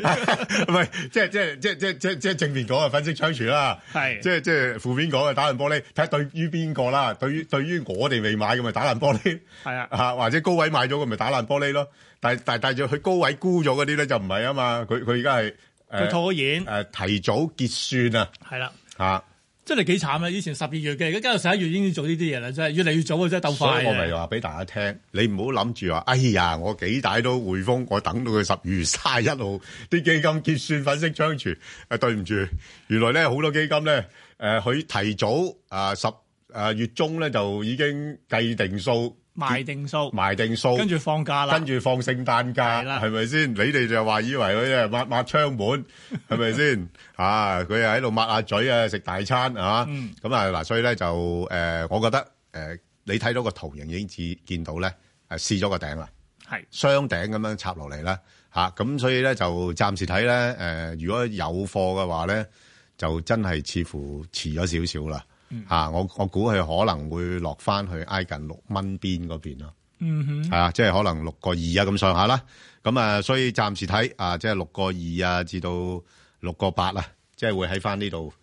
S4: 唔係即係即係即係即係即係即係正面講啊粉飾窗住啦，
S3: 係
S4: 即係即係負面講啊打爛玻璃，睇下對於邊個啦，對於對於我哋未買嘅咪打爛玻璃。
S3: 係啊，
S4: 啊，或者高位買咗佢咪打爛玻璃咯。但係但係但係佢高位沽咗嗰啲咧就唔係啊嘛，佢佢而家係
S3: 佢套咗現
S4: 誒提早結算啊
S3: 係啦，
S4: 嚇，
S3: 真係幾慘啊！以前十二月嘅，而家到十一月已經做呢啲嘢啦，真係越嚟越早啊，真係鬥
S4: 所
S3: 快
S4: 以我咪
S3: 啊！
S4: 話俾大家聽，你唔好諗住話，哎呀，我幾大都匯豐，我等到佢十二月卅一號啲基金結算粉飾窗櫥，誒、對唔住，原來咧好多基金咧誒佢提早啊十誒月中咧就已經計定數
S3: 賣定數，
S4: 埋定數，
S3: 跟住放假啦，
S4: 跟住放聖誕假，係咪先？你哋就話以為佢係抹抹窗門，係咪先？啊，佢係喺度抹下嘴啊，食大餐啊，
S3: 嗯
S4: 咁啊嗱，所以咧就誒、呃我覺得誒、呃你睇到個圖形已經見見到咧，誒試咗個頂啦，
S3: 係
S4: 雙頂咁樣插落嚟啦，嚇、咁所以咧就暫時睇咧誒，如果有貨嘅話咧，就真係似乎遲咗少少啦。嚇、我我估佢可能會落翻去挨近六蚊邊嗰邊咯。
S3: 嗯哼
S4: 係，啊，即係可能六個二啊咁上下啦。咁啊，所以暫時睇啊，即係六個二啊至到六個八啊，即係會喺翻呢度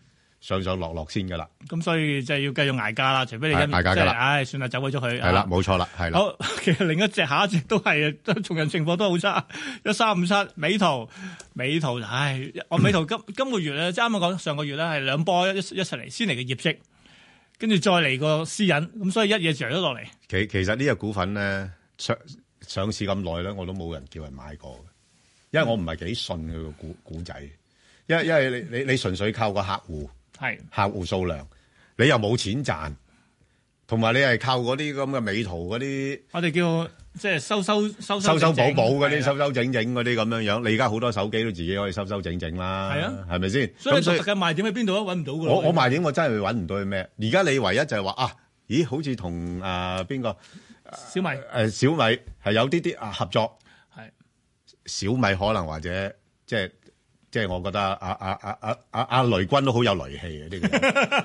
S4: 上上落落先噶啦。
S3: 咁所以就要繼續捱價啦，除非你一
S4: 係捱價㗎啦
S3: 即係唉，算啦，走鬼咗佢。
S4: 係啦
S3: 啊，
S4: 冇錯啦，係啦。
S3: 好， 其實另一隻下一隻都係 都同人情況都好差，一三五七美圖，美圖唉， 我美圖今今個月咧，即係啱啱講上個月咧係兩波一一齊嚟，先嚟嘅業績，跟住再嚟個私隱，咁所以一嘢嚼咗落嚟。
S4: 其其實呢個股份咧上上市咁耐咧，我都冇人叫人買過嘅，因為我唔係幾信佢個股股仔，因為因為你你你純粹靠個客戶
S3: 係
S4: 客戶數量，你又冇錢賺，同埋你係靠嗰啲咁嘅美圖嗰啲
S3: 我哋叫即係收收收
S4: 收收補補
S3: 整啊
S4: 嗰啲
S3: 整
S4: 收收整整嗰啲咁樣樣，你而家好多手機都自己可以收收整整啦，
S3: 係啊
S4: 係咪先？
S3: 所以你
S4: 咁所以
S3: 獨特嘅賣點喺邊度都揾唔到㗎啦。
S4: 我我賣點我真係揾唔到佢咩？而家你唯一就係話啊，咦，好似同啊邊個
S3: 小米啊
S4: 誒小米係有啲啲啊合作，
S3: 係
S4: 小米可能或者即係即係我覺得啊啊啊啊啊啊雷軍都好有雷氣嘅 呢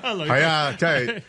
S4: 個人。係啊，即係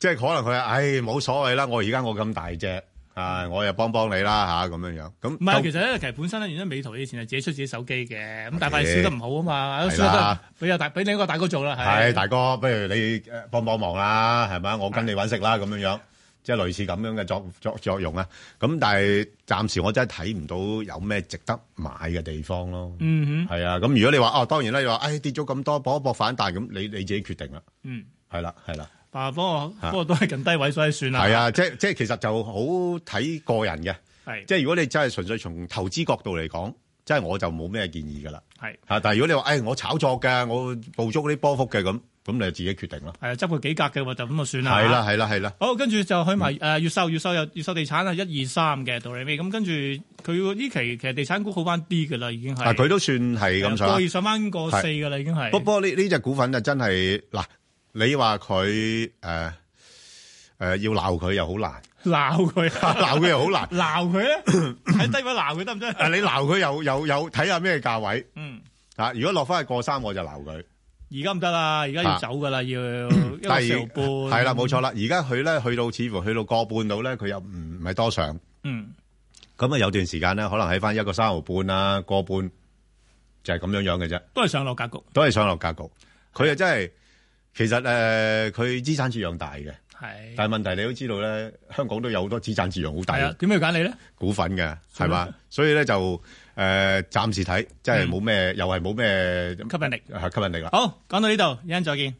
S4: 即係可能佢話唉冇所謂啦，我而家我咁大隻啊，我又幫幫你啦吓咁樣樣。咁
S3: 唔係啊，其
S4: 實
S3: 實咧，其實本身咧，原來美圖以前係自己出自己手機嘅，咁但係
S4: 係
S3: 燒得唔好啊嘛，
S4: 係
S3: 燒得
S4: 啦
S3: 俾阿大俾另一個大哥做啦，
S4: 係大哥，不如你誒幫幫忙啦，係咪？啊我跟你揾食啦咁樣樣。即係類似咁樣嘅作作作用啊，咁但係暫時我真係睇唔到有咩值得買嘅地方咯。
S3: 嗯哼，
S4: 係啊，咁如果你話哦，當然啦，你話唉跌咗咁多，搏一搏反彈，咁你你自己決定啦。
S3: 嗯，
S4: 係啦，係啦，
S3: 但係啊不過
S4: 嚇
S3: 不過都係近低位，所以算啦。
S4: 啊係啊，即係即係其實就好睇個人嘅。
S3: 係
S4: 即係如果你真係純粹從投資角度嚟講，即係我就冇咩建議㗎啦。
S3: 係
S4: 嚇，但係如果你話唉，我炒作嘅，我捕捉嗰啲波幅嘅咁，咁你就自己決定咯。
S3: 係啊，執佢幾格嘅喎，就咁就算啦。
S4: 係啦，嗯
S3: 嚇
S4: 係啦，係啦。
S3: 好，跟住就去埋誒越秀，越秀有越秀地產啊，一二三嘅道理尾。咁跟住佢呢期其實地產股好翻啲嘅啦，已經係。啊
S4: 嗱，啊佢都算係咁上
S3: 個
S4: 下
S3: 月上翻個四嘅啦，已經係。
S4: 不不過呢呢只股份就真係嗱，你話佢誒誒要鬧佢又好難，
S3: 鬧佢，
S4: 鬧佢又好難。
S3: 鬧佢 咧喺低位鬧佢得唔得？
S4: 啊，你鬧佢又又又睇下咩價位
S3: 嗯，
S4: 啊？如果落翻去過三，我就鬧佢。
S3: 而家唔得啦，而家要
S4: 啊
S3: 走嘅啦，要 一個
S4: 但
S3: 四毫半。
S4: 係啦，冇錯啦。。而家佢咧去到似乎去到個半度咧，佢又唔唔係多上。
S3: 嗯，
S4: 咁啊有段時間咧，可能喺翻一個三毫半啊，個半就係咁樣樣嘅啫，
S3: 都係上落格局。
S4: 都係上落格局。佢啊真係其實誒，呃佢、資產儲量大嘅，
S3: 係。
S4: 但係問題你都知道咧，香港都有好多資產儲量好大
S3: 係啊，點
S4: 嘅
S3: 解要揀你咧？
S4: 股份嘅，係嘛？所以咧就誒、呃，暫時睇真係冇咩，又係冇咩
S3: 嗯吸引力。
S4: 啊吸引力啦。
S3: 好，講到呢度，一陣再見。